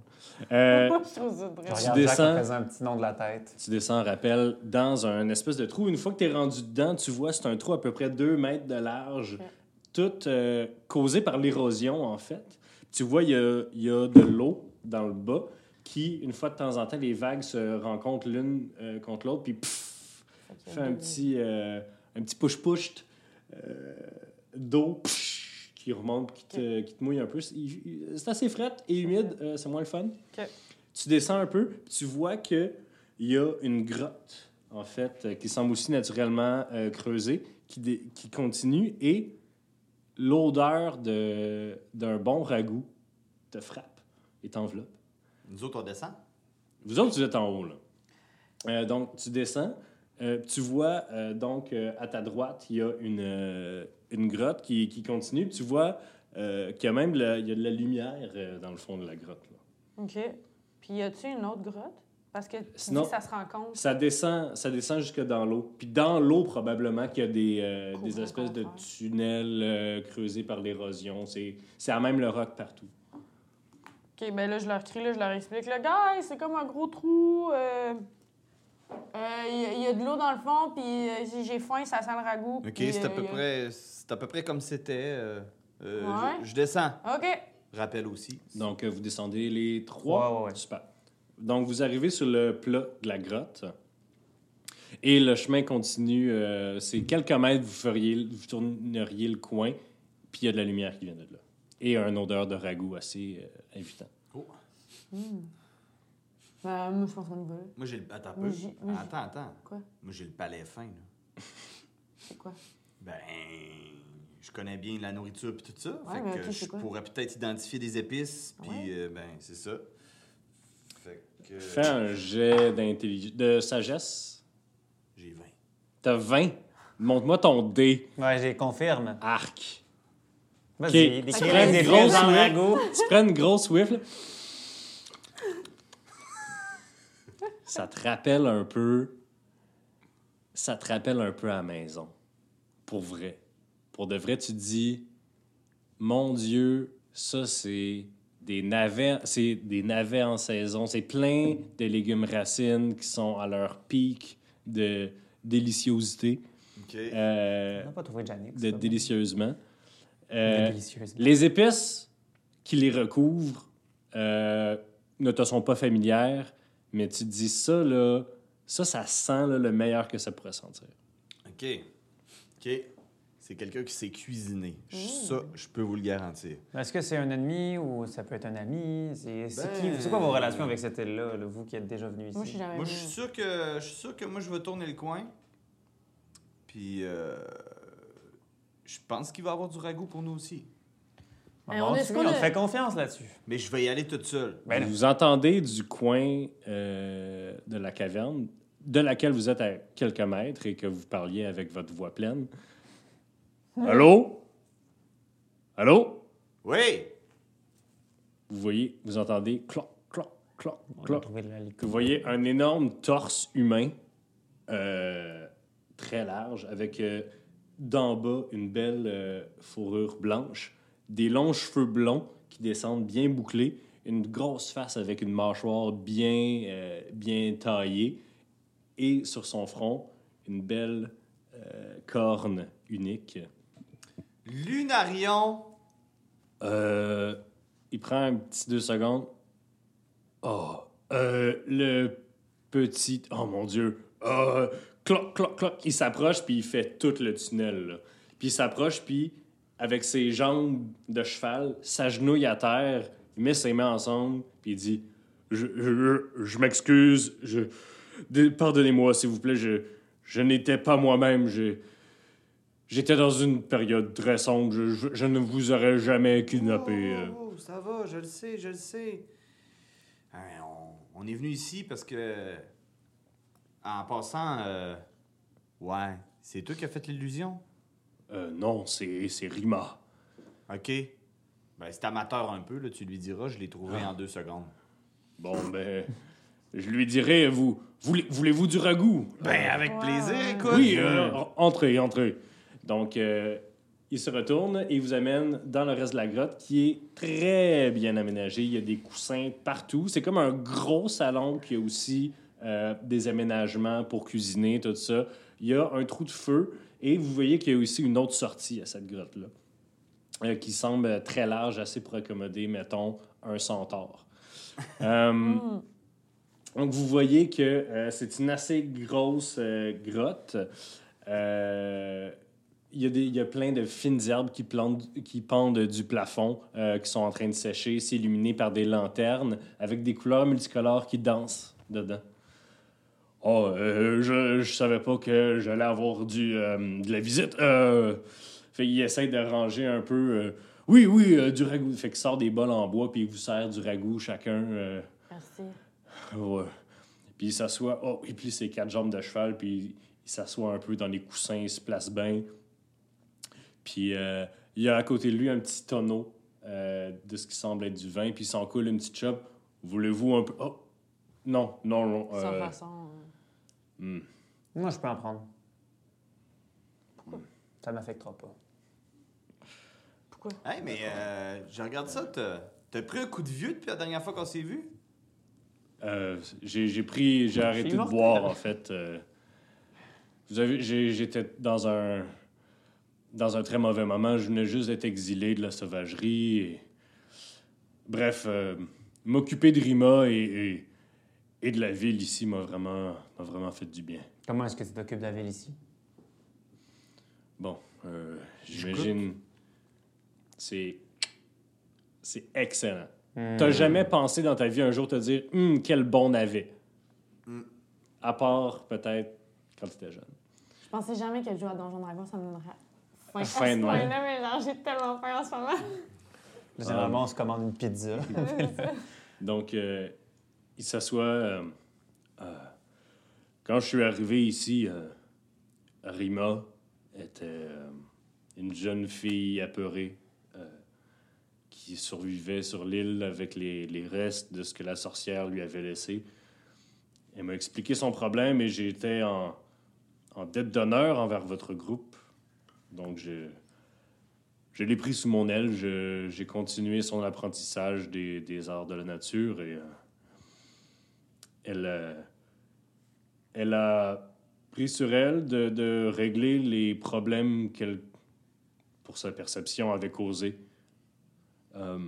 S1: Euh,
S2: [laughs] je trouve ça drôle.
S3: Je regarde
S1: Tu
S3: Jacques en
S1: descends.
S3: faisant un petit nom de la tête.
S1: Tu descends, rappel, dans un espèce de trou. Une fois que tu es rendu dedans, tu vois, c'est un trou à peu près 2 mètres de large,
S2: Ouais.
S1: tout euh, causé par l'érosion, en fait. Tu vois, il y a, il y a de l'eau dans le bas qui, une fois de temps en temps, les vagues se rencontrent l'une euh, contre l'autre, puis pff,
S2: Fait qu'il y a
S1: fait un
S2: deux-
S1: petit, euh, un petit push-push euh, d'eau psh, qui remonte, qui te, qui te mouille un peu. C'est il- il- c'est assez fret et humide, euh, c'est moins le fun.
S2: Ok.
S1: Tu descends un peu, puis tu vois que il y a une grotte, en fait, euh, qui semble aussi naturellement euh, creusée, qui, dé- qui continue, et l'odeur de- d'un bon ragoût te frappe et t'enveloppe.
S4: Nous autres, on descend.
S1: Vous autres, vous êtes en haut, là. Euh, donc, tu descends. euh, tu vois, euh, donc, euh, à ta droite, il y a une, euh, une grotte qui, qui continue. Tu vois euh, qu'il y a même de la- il y a de la lumière euh, dans le fond de la grotte. là.
S2: OK. Puis y a-tu une autre grotte? Parce que tu
S1: Sinon-
S2: dis que ça se rencontre.
S1: Ça descend, ça descend jusque dans l'eau. Puis dans l'eau, probablement qu'il y a des, euh,
S2: Courant
S1: des espèces de
S2: contraire.
S1: tunnels euh, creusés par l'érosion. C'est c'est à même le roc partout.
S2: OK, ben là, je leur crie, là, je leur explique. Là, gars, c'est comme un gros trou. Il y, a de l'eau dans le fond, puis euh, si j'ai faim, ça sent le ragoût.
S4: OK,
S2: puis,
S4: c'est à
S2: euh,
S4: peu
S2: y a-
S4: près c'est à peu près comme c'était. euh, euh,
S2: Ouais.
S4: je, je descends.
S2: OK.
S4: Rappel aussi.
S1: Donc, euh, vous descendez les trois.
S3: Ouais, ouais, ouais.
S1: Super. Donc, vous arrivez sur le plat de la grotte. Et le chemin continue. euh, c'est quelques mètres, vous, feriez, vous tourneriez le coin, puis il y a de la lumière qui vient de là. Et une odeur de ragoût assez euh, invitante.
S4: Oh,
S2: Ben, moi, je pense qu'on y va là.
S4: Moi, j'ai le. Attends, un peu.
S2: Moi, j'ai- moi, j'ai-
S4: attends, attends.
S2: Quoi?
S4: Moi, j'ai le palais fin. là.
S2: C'est quoi?
S4: Ben. Je connais bien la nourriture puis tout ça.
S2: Ouais,
S4: fait
S2: mais
S4: que
S2: OK,
S4: je
S2: c'est quoi?
S4: pourrais peut-être identifier des épices. Puis,
S2: Ouais.
S4: euh, ben, c'est ça. Fait
S3: Euh.
S4: que.
S1: Fais un jet d'intelligence, de sagesse.
S4: J'ai 20.
S1: T'as 20. Montre-moi ton dé,
S3: Ouais, j'ai confirme.
S1: arc.
S3: Vas-y,
S1: Ok.
S3: des
S1: Ça
S3: crèmes, des
S1: fait
S3: gros
S1: une
S3: dans le
S1: grosse
S3: ragoût.
S1: Tu prends une grosse whiffle. Ça te rappelle un peu. Ça te rappelle un peu à la maison. Pour vrai. Pour de vrai, tu te dis Mon Dieu, ça c'est des navets. C'est des navets en saison. C'est plein de légumes racines qui sont à leur pic de déliciosité.
S4: OK.
S1: euh,
S3: On n'a pas trouvé Jannick.
S1: de
S3: c'est pas bon.
S1: délicieusement.
S3: De
S1: Euh,
S3: délicieuse.
S1: les épices qui les recouvrent euh, ne te sont pas familières, mais tu te dis ça, là, ça, ça sent là, le meilleur que ça pourrait sentir.
S4: OK. OK. C'est quelqu'un qui sait cuisiner.
S2: Mmh.
S4: Je- Ça, je peux vous le garantir.
S3: Est-ce que c'est un ennemi ou ça peut être un ami? C'est c'est
S4: Ben-
S3: qui- c'est quoi vos relations avec cette île-là, là, vous qui êtes déjà venu ici?
S2: Moi, je suis jamais
S4: Moi, je
S2: venue.
S4: suis sûr que je suis sûr que moi je vais tourner le coin. Puis euh, je pense qu'il va y avoir du ragoût pour nous aussi.
S3: Bon,
S2: Eh,
S3: on,
S2: on est-
S3: suit,
S2: est-ce qu'on
S3: on
S2: a-
S3: te fait confiance là-dessus.
S4: Mais je vais y aller toute seule.
S3: Ben non.
S1: vous entendez du coin euh, de la caverne, de laquelle vous êtes à quelques mètres et que vous parliez avec votre voix pleine. Allô? Allô?
S4: Oui.
S1: Vous voyez, vous entendez cloc, cloc, cloc,
S3: On a
S1: cloc.
S3: trouvé de la liqueur.
S1: Vous voyez un énorme torse humain euh, très large, avec euh, d'en bas une belle euh, fourrure blanche, des longs cheveux blonds qui descendent bien bouclés, une grosse face avec une mâchoire bien, euh, bien taillée, et sur son front, une belle euh, corne unique.
S4: Lunarion!
S1: Euh, il prend un petit deux secondes. Oh, euh, le petit. Oh mon Dieu. Euh, cloc, cloc, cloc. Il s'approche, puis il fait tout le tunnel. là. Puis il s'approche, puis avec ses jambes de cheval, s'agenouille à terre, il met ses mains ensemble, puis il dit Je, je, je m'excuse, je. dé- Pardonnez-moi, s'il vous plaît, je, je n'étais pas moi-même, j'ai. J'étais dans une période très sombre. Je, je- je ne vous aurais jamais kidnappé. euh.
S4: Oh, oh, ça va, je le sais, je le sais. Hein, on, on est venu ici parce que. En passant, euh, ouais, c'est toi qui as fait l'illusion.
S1: Euh, non, c'est c'est Rima.
S4: OK. Ben, c'est amateur un peu, là, tu lui diras, je l'ai trouvé en deux secondes.
S1: Bon, ben, je lui dirai, vous, voulez- voulez-vous du ragoût?
S4: Ben, avec
S2: Ouais,
S4: plaisir,
S2: ouais.
S4: écoute.
S1: oui, euh, en- entrez, entrez. Donc, euh, il se retourne et il vous amène dans le reste de la grotte qui est très bien aménagé. Il y a des coussins partout. C'est comme un gros salon, puis il y a aussi euh, des aménagements pour cuisiner, tout ça. Il y a un trou de feu et vous voyez qu'il y a aussi une autre sortie à cette grotte-là euh, qui semble très large, assez pour accommoder, mettons, un centaure. Euh,
S2: Hmm.
S1: donc, vous voyez que euh, c'est une assez grosse euh, grotte. Euh, Il y, a des- il y a plein de fines herbes qui, plantent- qui pendent du plafond, euh, qui sont en train de sécher. C'est illuminé par des lanternes avec des couleurs multicolores qui dansent dedans. Oh, euh, je, je savais pas que j'allais avoir du, euh, de la visite. Euh, fait, il essaie de ranger un peu. euh, oui, oui, euh, du ragoût. Fait qu'il sort des bols en bois puis il vous sert du ragoût chacun. euh,
S2: Merci.
S1: Ouais. Puis il s'assoit, oh, il plie ses quatre jambes de cheval, puis il s'assoit un peu dans les coussins, il se place bien. Puis euh, il y a à côté de lui un petit tonneau euh, de ce qui semble être du vin, puis il s'en coule une petite chope. Voulez-vous un peu. Oh! Non, non, non.
S2: Sans
S1: euh,
S2: façon. euh,
S1: hmm.
S3: Moi, je peux en prendre. Ça m'affectera pas.
S2: Pourquoi?
S4: Hey, mais euh, je regarde ça, t'as t'as pris un coup de vieux depuis la dernière fois qu'on s'est vu?
S1: Euh, j'ai j'ai pris, j'ai arrêté de
S3: mortel.
S1: boire en fait. euh. vous avez, j'ai- j'étais dans un dans un très mauvais moment. Je venais juste d'être exilé de la sauvagerie. et- Bref, euh, m'occuper de Rima et, et, et de la ville ici m'a vraiment m'a vraiment fait du bien.
S3: Comment est-ce que tu t'occupes de la ville ici?
S1: Bon, euh, j'imagine c'est c'est excellent.
S3: Hmm.
S1: T'as jamais pensé dans ta vie un jour te dire Hum, quel bon navet.
S4: Hmm.
S1: À part peut-être quand tu étais jeune.
S2: Je pensais jamais que le jeu à Donjon Dragon, ça me donnerait
S1: Faim,
S2: faim. à ce [laughs]
S1: ouais.
S2: point-là, mais genre, j'ai tellement faim en ce moment.
S3: Généralement, on se commande une pizza.
S1: Donc, euh, il s'assoit. euh, euh, quand je suis arrivé ici, euh, Rima était euh, une jeune fille apeurée euh, qui survivait sur l'île avec les, les restes de ce que la sorcière lui avait laissé. Elle m'a expliqué son problème et j'étais en, en dette d'honneur envers votre groupe. Donc, je, je l'ai pris sous mon aile. je- J'ai continué son apprentissage des, des arts de la nature et euh, elle, euh, elle a pris sur elle de, de régler les problèmes qu'elle, pour sa perception, avait causés. Euh,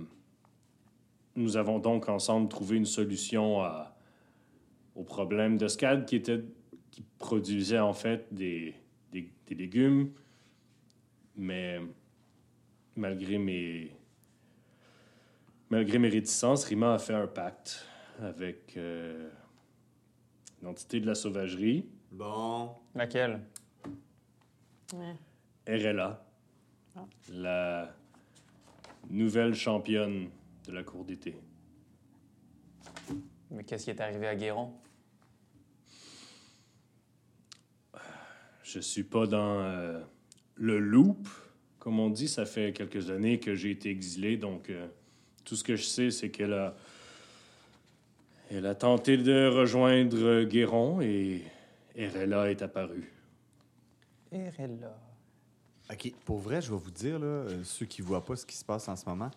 S1: nous avons donc ensemble trouvé une solution à- au problème de Scad qui, était, qui produisait en fait des, des- des légumes, mais malgré mes malgré mes réticences, Rima a fait un pacte avec euh, l'entité de la sauvagerie,
S4: Bon.
S3: [laughs] Laquelle?
S2: Mais
S1: Erella,
S2: Ah.
S1: la nouvelle championne de la cour d'été.
S3: Mais qu'est-ce qui est arrivé à Guéron?
S1: Je suis pas dans euh, le loop, comme on dit. Ça fait quelques années que j'ai été exilé, donc euh, tout ce que je sais, c'est qu'elle a, elle a tenté de rejoindre euh, Guéron et Erella est apparue.
S3: Irella.
S4: OK, pour vrai, je vais vous dire, là, euh, ceux qui ne voient pas ce qui se passe en ce moment,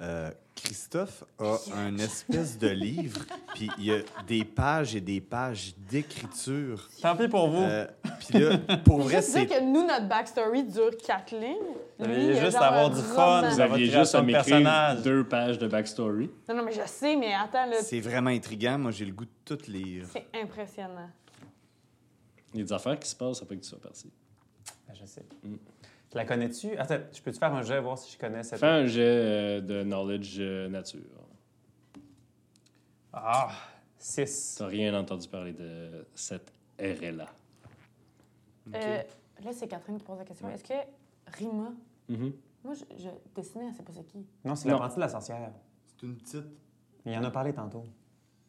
S4: euh, Christophe a un espèce
S2: [laughs]
S4: de livre, puis il y a des pages et des pages d'écriture.
S3: Tant pis pour vous.
S4: Euh, puis là, pour
S2: Oh. Je
S4: vrai,
S2: sais
S4: c'est...
S2: que nous, notre backstory dure quatre lignes.
S3: Vous
S2: Lui,
S3: aviez
S2: il a
S3: juste
S2: genre
S3: à avoir
S2: un
S3: du fun,
S2: roman.
S1: Vous
S3: Ça va
S1: aviez
S3: créer
S1: juste à
S3: ton
S1: m'écrire
S3: personnage.
S1: deux pages de backstory.
S2: Non, non, mais je sais, mais attends, là,
S4: c'est vraiment intriguant. Moi, j'ai le goût de tout lire.
S2: c'est impressionnant.
S1: Il y a des affaires qui se passent après que tu sois parti.
S3: Ben, je sais. Tu la connais-tu? Attends, je peux te faire un jeu, voir si je connais cette...
S1: Fais un jet euh, de knowledge euh, nature.
S3: Ah! 6.
S1: T'as rien entendu parler de cette RLA.
S2: Euh, là, c'est Catherine qui pose la question. Est-ce que Rima,
S3: Mm-hmm.
S1: Mhm.
S2: moi, je, je dessinais, elle sait pas c'est qui.
S3: Non, c'est
S1: Non.
S3: l'apprenti de la sorcière.
S4: C'est une petite...
S3: Il en a parlé tantôt.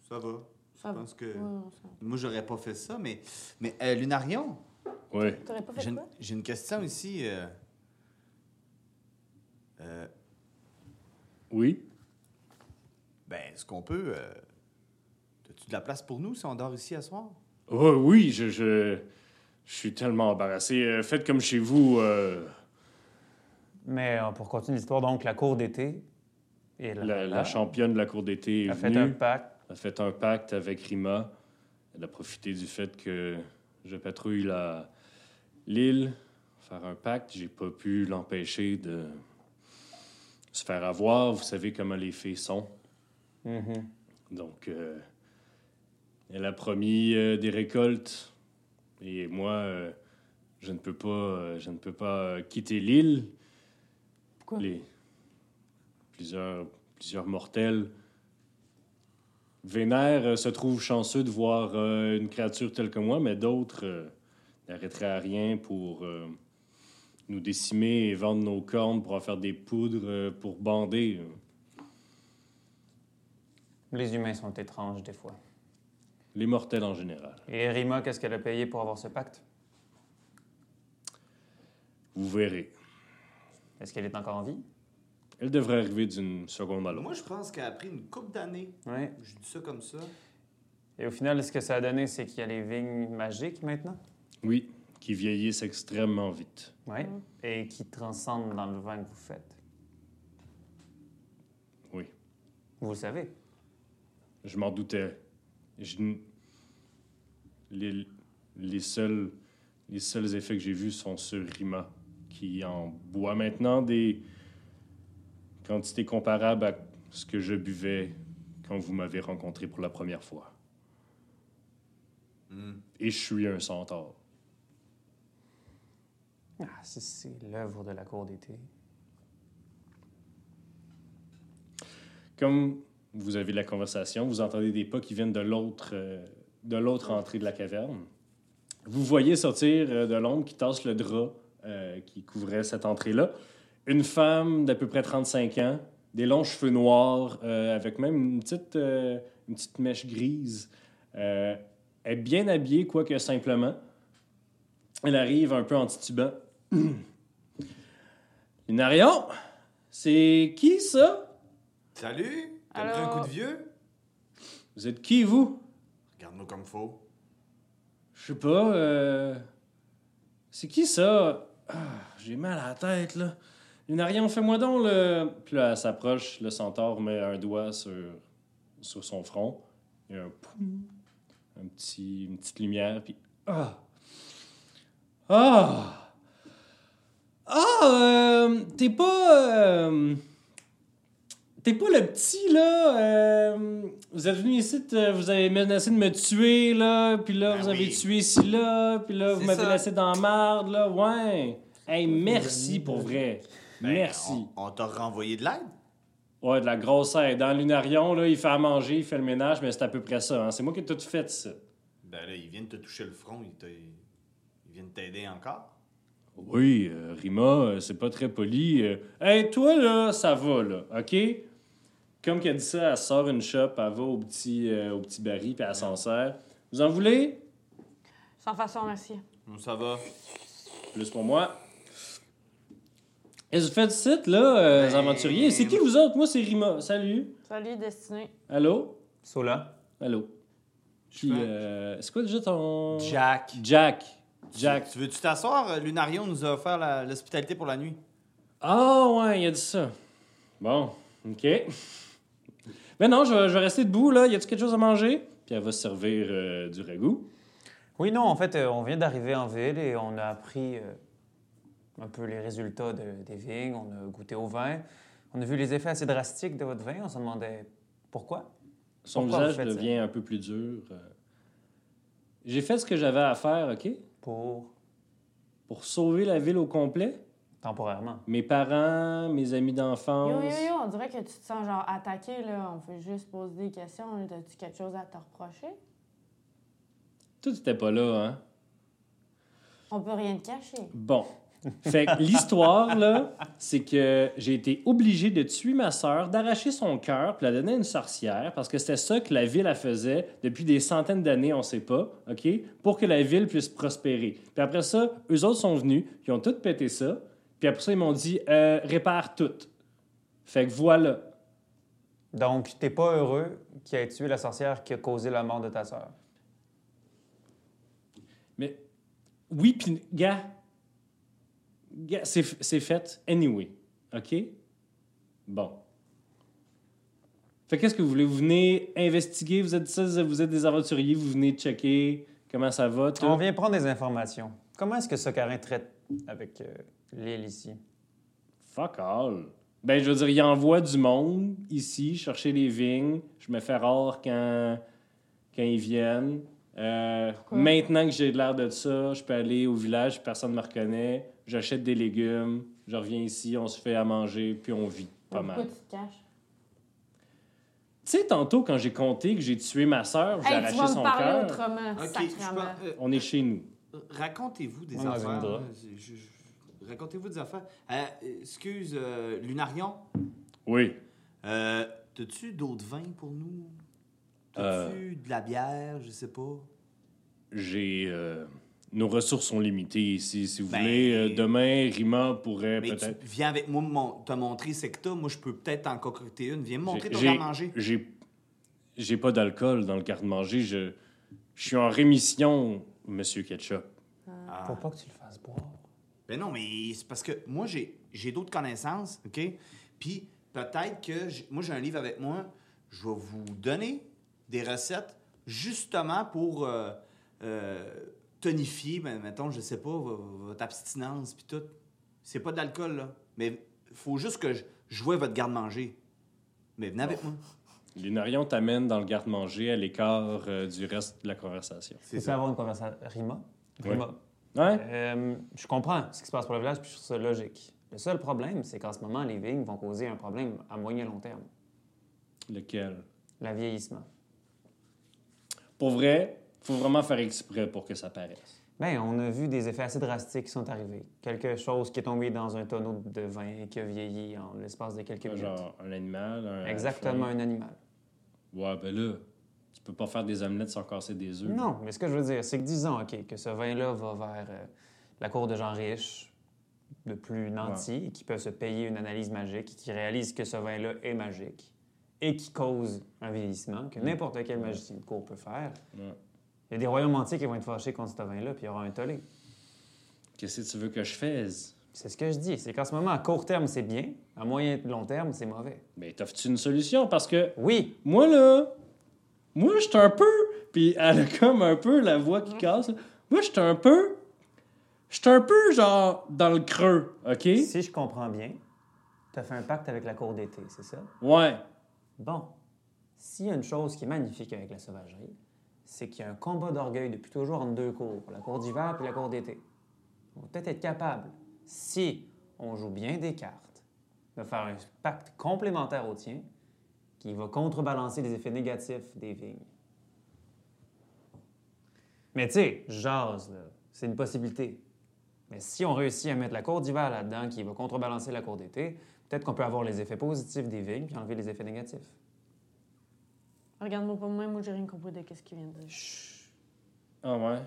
S4: Ça va.
S2: Ça
S4: Je
S2: va.
S4: pense que...
S2: Ouais, on s'en-
S4: Moi, j'aurais pas fait ça, mais... Mais euh, Lunarion,
S1: Oui.
S2: T'aurais pas fait
S4: j'ai une,
S2: quoi?
S4: j'ai une question ici. euh, euh,
S1: Oui.
S4: ben, est-ce qu'on peut... euh, As-tu de la place pour nous si on dort ici à soir?
S1: Oh, oui, je, je, je suis tellement embarrassé. Euh, Faites comme chez vous. euh,
S3: Mais euh, pour continuer l'histoire, donc, la cour d'été... Et la,
S1: la, la championne de la cour d'été est
S3: a fait un
S1: venue.
S3: pacte.
S1: Elle a fait un pacte avec Rima. Elle a profité du fait que je patrouille la- l'île, faire un pacte. J'ai pas pu l'empêcher de se faire avoir. Vous savez comment les fées sont.
S3: Mhm.
S1: Donc, euh, elle a promis euh, des récoltes. Et moi, euh, je ne peux pas, euh, je ne peux pas euh, quitter l'île.
S2: Pourquoi?
S1: Les- plusieurs, plusieurs mortels vénèrent, euh, se trouvent chanceux de voir euh, une créature telle que moi, mais d'autres euh, n'arrêteraient à rien pour euh, nous décimer et vendre nos cornes pour en faire des poudres euh, pour bander.
S3: Les humains sont étranges, des fois.
S1: Les mortels en général.
S3: Et Rima, qu'est-ce qu'elle a payé pour avoir ce pacte?
S1: Vous verrez.
S3: Est-ce qu'elle est encore en vie?
S1: Elle devrait arriver d'une seconde à l'autre.
S4: Moi, je pense qu'elle a pris une coupe d'années.
S3: Oui.
S4: Je dis ça comme ça.
S3: Et au final, ce que ça a donné, c'est qu'il y a les vignes magiques maintenant.
S1: Oui, qui vieillissent extrêmement vite.
S3: Oui. Et qui transcendent dans le vin que vous faites.
S1: Oui,
S3: Vous le savez.
S1: je m'en doutais. Je n- Les, les seuls, les seuls effets que j'ai vus sont sur Rima, qui en boit maintenant des quantités comparables à ce que je buvais quand vous m'avez rencontré pour la première fois. Et je suis un centaure.
S3: Ah, si c'est l'œuvre de la cour d'été.
S1: Comme vous avez la conversation, vous entendez des pas qui viennent de l'autre euh, de l'autre entrée de la caverne. Vous voyez sortir euh, de l'ombre qui tasse le drap euh, qui couvrait cette entrée-là. Une femme d'à peu près 35 ans, des longs cheveux noirs, euh, avec même une petite, euh, une petite mèche grise. Euh, elle est bien habillée, quoique simplement. Elle arrive un peu en titubant. [clears throat] Lunarion, c'est qui ça?
S4: Salut! T'as
S2: Alors-
S4: pris un coup de vieux?
S1: Vous êtes qui, vous?
S4: Regarde-nous comme faux.
S1: Je sais pas. euh, C'est qui ça? Ah, J'ai mal à la tête, là. Lunarion, fais-moi donc le. Puis là, elle s'approche, le centaure met un doigt sur, sur son front. Il y a un poum, un petit, une petite lumière, puis. Ah! Ah! Ah! euh, T'es pas. euh, T'es pas le petit, là. euh, vous êtes venu ici, t- vous avez menacé de me tuer, là. Puis là,
S4: Ben
S1: vous avez
S4: oui.
S1: tué ci, là. Puis là, vous
S4: C'est
S1: m'avez
S4: ça.
S1: laissé dans la marde, là. Ouais. Hey, merci pour vrai. merci.
S4: euh, Ben, On, on t'a renvoyé de l'aide?
S1: Ouais, de la grosse aide. Dans Lunarion, là, il fait à manger, il fait le ménage, mais c'est à peu près ça. hein. C'est moi qui ai tout fait, ça.
S4: Ben là, ils viennent te toucher le front, ils, te- ils viennent t'aider encore.
S1: Oui, euh, Rima, euh, c'est pas très poli. euh. Hey, toi, là, ça va, là, OK? Comme qu'elle dit ça, elle sort une chope, elle va au petit, euh, au petit baril, puis elle s'en sert. Vous en voulez?
S2: Sans façon, merci.
S4: Hum, Ça va.
S1: Plus pour moi. Et vous faites site, là, euh, les
S4: Ben-
S1: aventuriers. C'est qui vous autres? Moi, c'est Rima. Salut.
S2: Salut, Destinée.
S1: Allô?
S3: Sola.
S1: Allô? Puis,
S4: fais-
S1: euh, c'est quoi déjà ton...
S4: Jack.
S1: Jack. Jack.
S4: Tu veux-tu t'asseoir? Euh, Lunarion nous a offert la- l'hospitalité pour la nuit.
S1: Ah ouais, il a dit ça. Bon, OK. Mais non, je vais, je vais rester debout, là. Y a-tu quelque chose à manger? Puis elle va se servir euh, du ragoût.
S3: Oui, non, en fait, euh, on vient d'arriver en ville et on a appris euh, un peu les résultats de- des vignes, on a goûté au vin, on a vu les effets assez drastiques de votre vin, on se demandait pourquoi.
S1: Son
S3: Pourquoi vous
S1: visage
S3: faites ça?
S1: devient un peu plus dur. euh. J'ai fait ce que j'avais à faire, OK?
S3: Pour,
S1: Pour sauver la ville au complet.
S3: temporairement.
S1: Mes parents, mes amis
S2: Yo,
S1: d'enfance.
S2: yo, yo, on dirait que tu te sens genre attaqué, là. On fait juste poser des questions. T'as-tu quelque chose à te reprocher?
S1: Tout était pas là, hein?
S2: On peut rien te cacher.
S1: Bon. Fait que l'histoire, là, c'est que j'ai été obligé de tuer ma sœur, d'arracher son cœur, puis la donner à une sorcière, parce que c'était ça que la ville, elle faisait depuis des centaines d'années, on sait pas, OK? Pour que la ville puisse prospérer. Puis après ça, eux autres sont venus, ils ont tout pété ça, puis après ça, ils m'ont dit Euh, répare tout. Fait que voilà.
S3: Donc, t'es pas heureux qui a tué la sorcière qui a causé la mort de ta sœur.
S1: Mais oui, puis gars, gars, c'est c'est fait anyway. OK? Bon. Fait qu'est-ce que vous voulez? Vous venez investiguer, vous êtes ça, vous êtes des aventuriers, vous venez checker comment ça va, tout.
S3: On vient prendre des informations. Comment est-ce que Socarin traite avec euh, l'île ici?
S1: Fuck all. Ben, je veux dire, il envoie du monde ici chercher les vignes. Je me fais rare quand, quand ils viennent. Euh,
S2: Pourquoi?
S1: maintenant que j'ai de l'air de ça, je peux aller au village, personne ne me reconnaît. J'achète des légumes, je reviens ici, on se fait à manger, puis on vit pas
S2: Pourquoi
S1: mal.
S2: tu te caches?
S1: Tu sais, tantôt, quand j'ai compté que j'ai tué ma sœur, j'ai
S2: Hey, tu
S1: arraché
S2: vas me
S1: son
S2: parler
S1: cœur,
S2: autrement,
S4: Ok, je
S2: Ah, sacrément.
S4: pense- euh,
S1: on est chez nous.
S4: Racontez-vous des
S3: On en
S4: affaires.
S3: reviendra.
S4: là. Je- je- je- Racontez-vous des affaires. Euh, excuse, euh, Lunarion,
S1: Oui.
S4: euh, t'as-tu d'autres vins pour nous?
S1: Euh.
S4: T'as-tu de la bière? Je sais pas.
S1: j'ai euh, nos ressources sont limitées ici. Si vous
S4: Ben-
S1: voulez, euh, demain, Rima pourrait
S4: Mais
S1: peut-être.
S4: tu viens avec moi mon- te montrer ce que t'as. Moi, je peux peut-être en concocter une. Viens me
S1: J'ai-
S4: montrer ton à
S1: j'ai-
S4: manger.
S1: J'ai, j'ai pas d'alcool dans le garde-manger. Je, je suis en rémission, Monsieur Ketchup.
S4: Ah.
S3: Faut pas que tu le fasses boire.
S4: Ben non, mais c'est parce que moi, j'ai j'ai d'autres connaissances, OK? Puis peut-être que... j'ai- Moi, j'ai un livre avec moi. Je vais vous donner des recettes justement pour euh, euh, tonifier, ben, mettons, je sais pas, vo- votre abstinence puis tout. C'est pas d'alcool, là. Mais faut juste que je, je voie votre garde-manger. Mais venez avec moi.
S1: Lunarion t'amène dans le garde-manger à l'écart euh, du reste de la conversation. Hein?
S4: C'est
S3: Peux-tu
S4: ça.
S3: avoir une conversation? Rima?
S1: Ouais.
S3: Rima.
S1: Ouais?
S3: Euh, je comprends ce qui se passe pour le village, puis je trouve ça logique. Le seul problème, c'est qu'en ce moment, les vignes vont causer un problème à moyen et long terme.
S1: Lequel?
S3: Le vieillissement.
S1: Pour vrai, faut vraiment faire exprès pour que ça paraisse.
S3: Bien, Ben, on a vu des effets assez drastiques qui sont arrivés. Quelque chose qui est tombé dans un tonneau de vin qui a vieilli en l'espace de
S4: Ah,
S3: quelques minutes.
S1: Genre un animal,
S4: euh,
S1: un.
S3: Exactement, un animal.
S1: Ouais, ben là, tu peux pas faire des omelettes sans casser des œufs.
S3: Non, mais ce que je veux dire, c'est que disons, OK, que ce vin-là va vers euh, la cour de gens riches, de plus nantis, et qui peuvent se payer une analyse magique, et qui réalisent que ce vin-là est magique, et qui cause un vieillissement que n'importe quel magicien de cour peut faire.
S1: Ouais.
S3: Il y a des royaumes entiers qui vont être fâchés contre ce vin-là, puis il y aura un tollé.
S1: Qu'est-ce que tu veux que je fasse?
S3: C'est ce que je dis. C'est qu'en ce moment, à court terme, c'est bien. À moyen et long terme, c'est mauvais.
S1: Ben, t'offres-tu une solution? Parce que
S3: Oui,
S1: Moi, là, moi, j'étais un peu. Puis elle a comme un peu la voix qui casse. là. Moi, j'étais un peu. J'étais un peu, genre, dans le creux, OK?
S3: si je comprends bien, tu as fait un pacte avec la cour d'été, c'est ça?
S1: Ouais.
S3: Bon, s'il y a une chose qui est magnifique avec la sauvagerie, c'est qu'il y a un combat d'orgueil depuis toujours entre deux cours, la cour d'hiver puis la cour d'été. On va peut-être être capable, si on joue bien des cartes, de faire un pacte complémentaire au tien qui va contrebalancer les effets négatifs des vignes. Mais tu sais, je jase, là. C'est une possibilité. Mais si on réussit à mettre la cour d'hiver là-dedans qui va contrebalancer la cour d'été, peut-être qu'on peut avoir les effets positifs des vignes puis enlever les effets négatifs.
S2: Regarde-moi pas de même, moi j'ai rien compris de ce qu'il vient de dire.
S1: Ah ouais.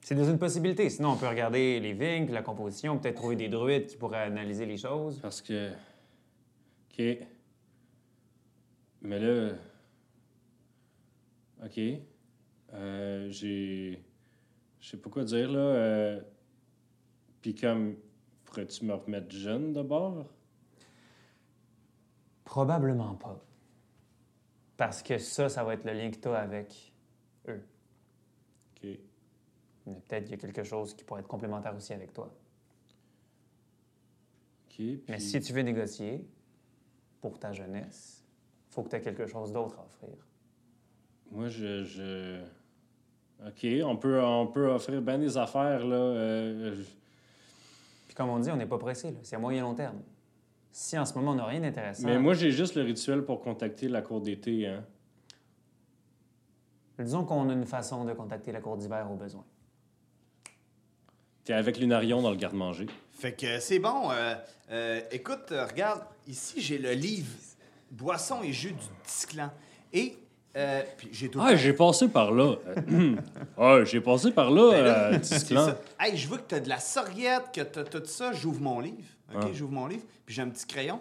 S3: C'est déjà une possibilité. Sinon, on peut regarder les vignes, puis la composition, peut-être trouver des druides qui pourraient analyser les choses.
S1: Parce que. OK. Mais là. OK. Euh, j'ai. je sais pas quoi dire, là. euh, Puis comme, pourrais-tu me remettre jeune de bord?
S3: Probablement pas. Parce que ça, ça va être le lien que tu as avec eux.
S1: OK.
S3: Mais Peut-être qu'il y a quelque chose qui pourrait être complémentaire aussi avec toi.
S1: OK. Puis,
S3: Mais si tu veux négocier pour ta jeunesse, faut que tu aies quelque chose d'autre à offrir.
S1: Moi, je... je- OK, on peut, on peut offrir bien des affaires, là. euh, je-
S3: Puis comme on dit, on n'est pas pressé, là. c'est à moyen long terme. Si en ce moment on n'a rien d'intéressant,
S1: Mais moi, j'ai juste le rituel pour contacter la cour d'été, hein.
S3: disons qu'on a une façon de contacter la cour d'hiver au besoin.
S1: T'es avec Lunarion dans le garde-manger.
S4: Fait que c'est bon. euh, euh, écoute, euh, regarde, ici, j'ai le livre Boissons et jus du Disclan. Et, euh, puis j'ai tout.
S1: Ah, j'ai passé par
S4: [coughs]
S1: là. ah, j'ai passé par là,
S4: Ben là,
S1: euh,
S4: c'est
S1: Tisclan.
S4: ça. Hey, je veux que tu as de la serviette, que tu as tout ça. J'ouvre mon livre. OK,
S1: Ah.
S4: j'ouvre mon livre. Puis j'ai un petit crayon.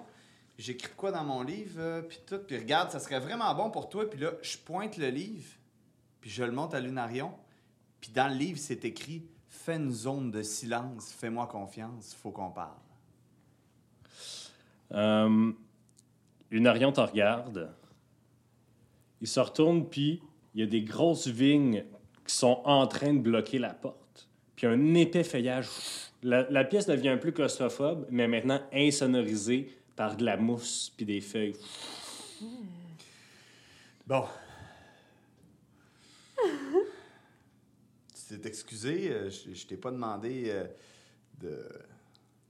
S4: J'écris de quoi dans mon livre, euh, puis tout. Puis regarde, ça serait vraiment bon pour toi. Puis là, je pointe le livre, puis je le monte à Lunarion. Puis dans le livre, c'est écrit « Fais une zone de silence. Fais-moi confiance. Faut qu'on parle.
S1: Euh, Lunarion te regarde. Il se retourne, puis il y a des grosses vignes qui sont en train de bloquer la porte. Puis un épais feuillage. La, la pièce devient plus claustrophobe, mais maintenant insonorisée par de la mousse puis des feuilles. ».
S4: Bon. [laughs] tu t'es excusé. euh, Je, je t'ai pas demandé euh, de...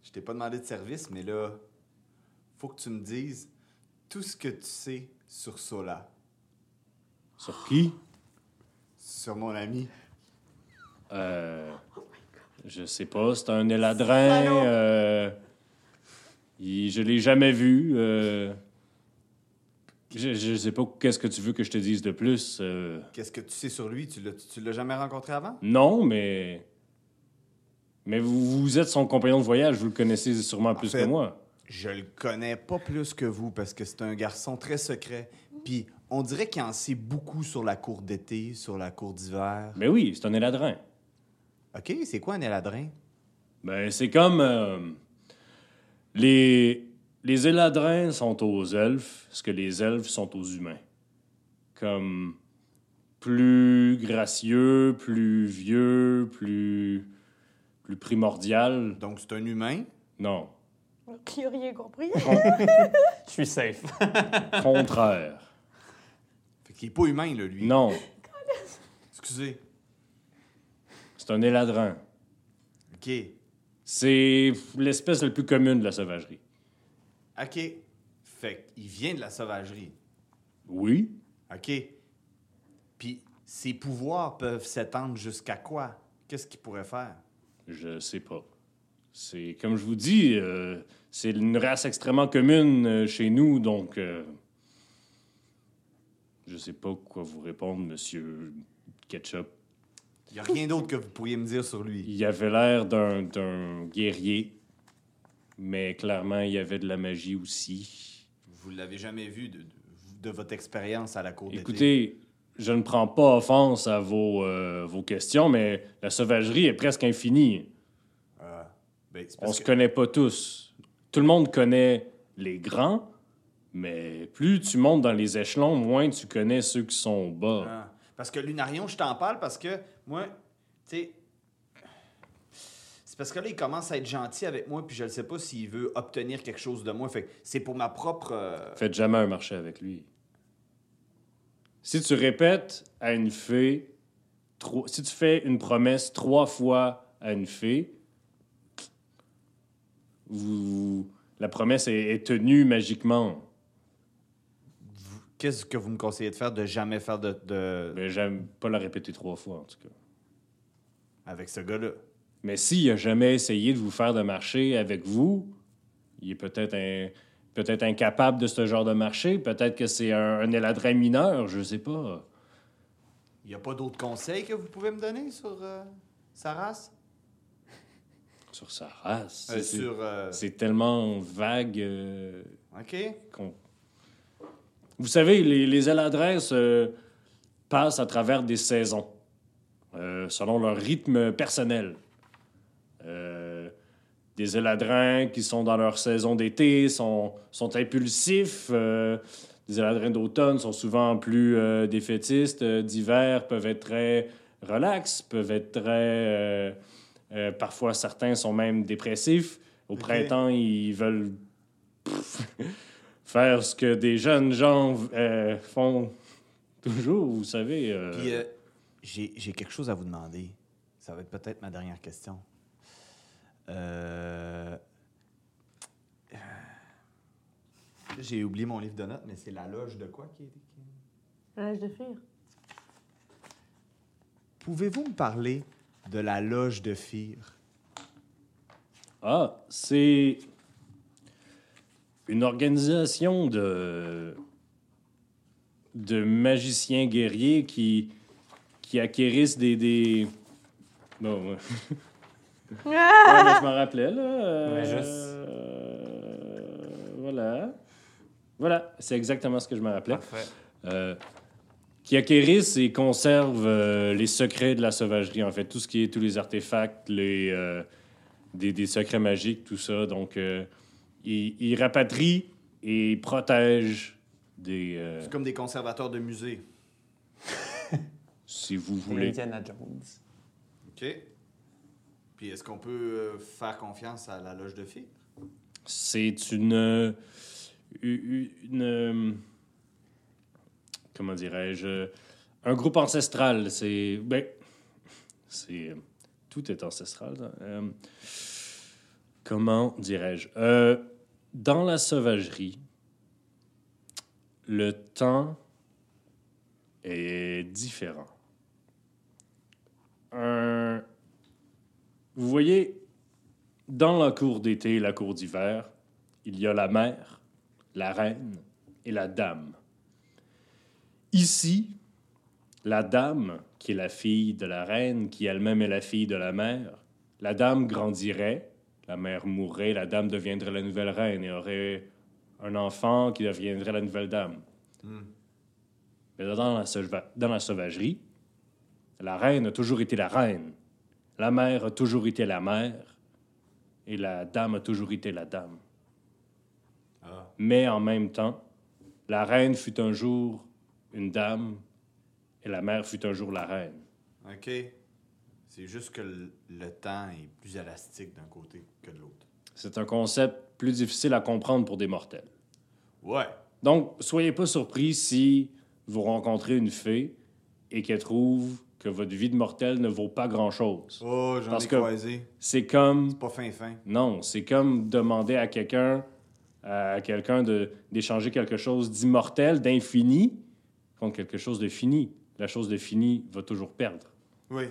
S4: Je t'ai pas demandé de service, mais là, faut que tu me dises tout ce que tu sais sur Sola,
S1: Sur qui?
S4: sur mon ami.
S1: Euh, je sais pas, c'est un éladrin.
S2: Salaud.
S1: euh, il- je l'ai jamais vu. euh, je, je sais pas qu'est-ce que tu veux que je te dise de plus. euh,
S4: Qu'est-ce que tu sais sur lui? Tu l'as, tu l'as jamais rencontré avant?
S1: non, mais. Mais vous, vous êtes son compagnon de voyage, vous le connaissez sûrement plus
S4: fait-
S1: que moi.
S4: Je le connais pas plus que vous parce que c'est un garçon très secret. Puis on dirait qu'il en sait beaucoup sur la cour d'été, sur la cour d'hiver.
S1: Mais Ben oui, c'est un éladrin.
S4: OK, c'est quoi un éladrin?
S1: Ben, c'est comme. euh, les, les éladrins sont aux elfes, ce que les elfes sont aux humains. Comme. Plus gracieux, plus vieux, plus. plus primordial.
S4: Donc c'est un humain.
S1: Non,
S2: Qui a rien [laughs] compris?
S3: Je suis safe.
S1: contraire.
S4: Fait qu'il est pas humain, là, lui.
S1: Non,
S4: Excusez.
S1: c'est un éladrin.
S4: OK.
S1: C'est l'espèce la plus commune de la sauvagerie.
S4: OK. Fait qu'il vient de la sauvagerie.
S1: Oui,
S4: OK. Puis ses pouvoirs peuvent s'étendre jusqu'à quoi? Qu'est-ce qu'il pourrait faire?
S1: Je sais pas. C'est comme je vous dis, euh, c'est une race extrêmement commune euh, chez nous, donc euh, je sais pas quoi vous répondre, Monsieur Ketchup.
S4: Il y a rien d'autre que vous pourriez me dire sur lui.
S1: Il avait l'air d'un d'un guerrier, mais clairement il y avait de la magie aussi.
S4: Vous l'avez jamais vu de, de- de votre expérience à la cour d'été.
S1: Écoutez, je ne prends pas offense à vos, euh, vos questions, mais la sauvagerie est presque infinie.
S4: Ah. Ben, c'est
S1: On
S4: parce
S1: se
S4: que-
S1: connaît pas tous. Tout le monde connaît les grands, mais plus tu montes dans les échelons, moins tu connais ceux qui sont au bas.
S4: Ah. Parce que Lunarion, je t'en parle parce que moi, tu sais. C'est parce que là, il commence à être gentil avec moi, puis je ne sais pas s'il veut obtenir quelque chose de moi. Fait que c'est pour ma propre. euh,
S1: Faites jamais un marché avec lui. Si tu répètes à une fée, trois- si tu fais une promesse trois fois à une fée, vous- la promesse est, est tenue magiquement.
S4: Qu'est-ce que vous me conseillez de faire de jamais faire de, de-
S1: Mais j'aime pas la répéter trois fois, en tout cas.
S4: avec ce gars-là?
S1: Mais s'il n'a jamais essayé de vous faire de marché avec vous, il est peut-être un- peut-être incapable de ce genre de marché. Peut-être que c'est un, un éladrin mineur, je sais pas.
S4: Il n'y a pas d'autres conseils que vous pouvez me donner sur euh, sa race?
S1: Sur sa race.
S4: Euh,
S1: c'est-
S4: sur. euh,
S1: C'est tellement vague euh,
S4: OK.
S1: qu'on- Vous savez, les, les éladrins se passent à travers des saisons. euh, selon leur rythme personnel. Euh, des éladrins qui sont dans leur saison d'été sont, sont impulsifs. euh, des éladrins d'automne sont souvent plus euh, défaitistes. euh, D'hiver peuvent être très relax, peuvent être très... euh, euh, parfois, certains sont même dépressifs. Au
S4: Ok.
S1: printemps, ils veulent [laughs] pff, faire ce que des jeunes gens euh, font toujours, vous savez. euh,
S4: Puis, euh, j'ai j'ai quelque chose à vous demander. Ça va être peut-être ma dernière question. Euh, euh, J'ai oublié mon livre de notes, mais c'est la loge de quoi qui est. qui-
S2: L'âge de fuir.
S4: Pouvez-vous me parler de la loge de Fire?
S1: Ah, c'est une organisation de de magiciens guerriers qui qui acquérissent des des bon ouais. Ouais, mais je m'en rappelais là. euh,
S3: Ouais, juste.
S1: euh, voilà. Voilà, c'est exactement ce que je me rappelais.
S3: Parfait.
S1: Euh, qui acquérissent et conservent euh, les secrets de la sauvagerie, en fait. Tout ce qui est tous les artefacts, les, euh, des, des secrets magiques, tout ça. Donc, euh, ils, ils rapatrient et protègent des. euh,
S4: C'est comme des conservateurs de musée.
S1: si vous
S3: Comme
S1: voulez.
S3: Indiana Jones.
S4: OK. Puis, est-ce qu'on peut euh, faire confiance à la loge de Fire?
S1: C'est une. euh, u- u- une, euh, comment dirais-je. euh, Un groupe ancestral. C'est. Ben. C'est. euh, Tout est ancestral. hein. Euh, comment dirais-je. Euh, dans la sauvagerie, le temps est différent. Un- Vous voyez, dans la cour d'été et la cour d'hiver, il y a la mère, la reine et la dame. Ici, la dame, qui est la fille de la reine, qui elle-même est la fille de la mère, la dame grandirait, la mère mourrait, la dame deviendrait la nouvelle reine et aurait un enfant qui deviendrait la nouvelle dame.
S4: Hmm.
S1: Mais dans la, sauva- dans la sauvagerie, la reine a toujours été la reine, la mère a toujours été la mère, et la dame a toujours été la dame.
S4: Ah.
S1: Mais en même temps, la reine fut un jour une dame et la mère fut un jour la reine.
S4: OK. C'est juste que le, le temps est plus élastique d'un côté que de l'autre.
S1: C'est un concept plus difficile à comprendre pour des mortels.
S4: Ouais.
S1: Donc, soyez pas surpris si vous rencontrez une fée et qu'elle trouve que votre vie de mortel ne vaut pas grand-chose.
S4: Oh, j'en
S1: Parce
S4: ai
S1: que-
S4: croisé.
S1: C'est comme
S4: C'est pas fin fin.
S1: Non, c'est comme demander à quelqu'un à quelqu'un de- d'échanger quelque chose d'immortel, d'infini, contre quelque chose de fini. La chose de fini va toujours perdre.
S4: Oui.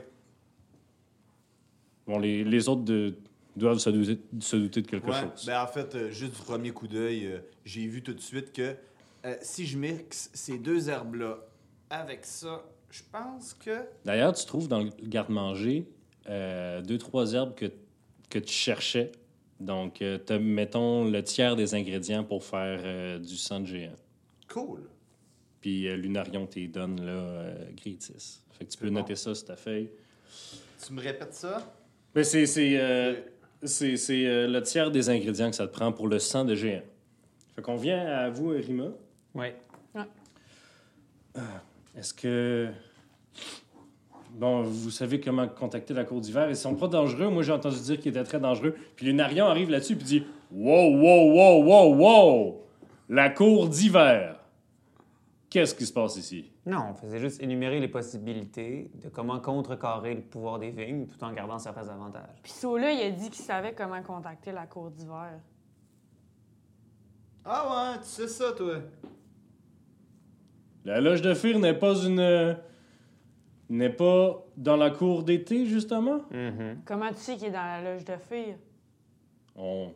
S1: Bon, les, les autres de- doivent se douter, se douter de quelque
S4: Ouais.
S1: chose.
S4: Ben, en fait, euh, juste du premier coup d'œil, euh, j'ai vu tout de suite que euh, si je mixe ces deux herbes-là avec ça, je pense que.
S1: D'ailleurs, tu trouves dans le garde-manger euh, deux, trois herbes que, que tu cherchais. Donc, euh, t'as, mettons le tiers des ingrédients pour faire euh, du sang de géant.
S4: Cool.
S1: Puis euh, Lunarion t'y donne, là, euh, gratis. Fait que tu peux
S4: C'est bon.
S1: noter ça sur ta feuille.
S4: Tu me répètes ça?
S1: Mais c'est c'est, euh, c'est- c'est, euh, le tiers des ingrédients que ça te prend pour le sang de géant. Fait qu'on vient à vous, Rima.
S3: Oui.
S1: Est-ce que. Bon, vous savez comment contacter la cour d'hiver. Ils sont pas dangereux. Moi, j'ai entendu dire qu'ils étaient très dangereux. Puis Lunarion arrive là-dessus puis dit Wow, wow, wow, wow, wow La cour d'hiver Qu'est-ce qui se passe ici
S3: Non, on faisait juste énumérer les possibilités de comment contrecarrer le pouvoir des vignes tout en gardant certains avantages.
S2: Puis Sola, il a dit qu'il savait comment contacter la cour d'hiver.
S4: Ah ouais, tu sais ça, toi.
S1: La loge de fire n'est pas une. n'est pas dans la cour d'été, justement
S3: Mm-hmm.
S2: Comment tu sais qu'il est dans la loge de filles?
S1: On. Oh.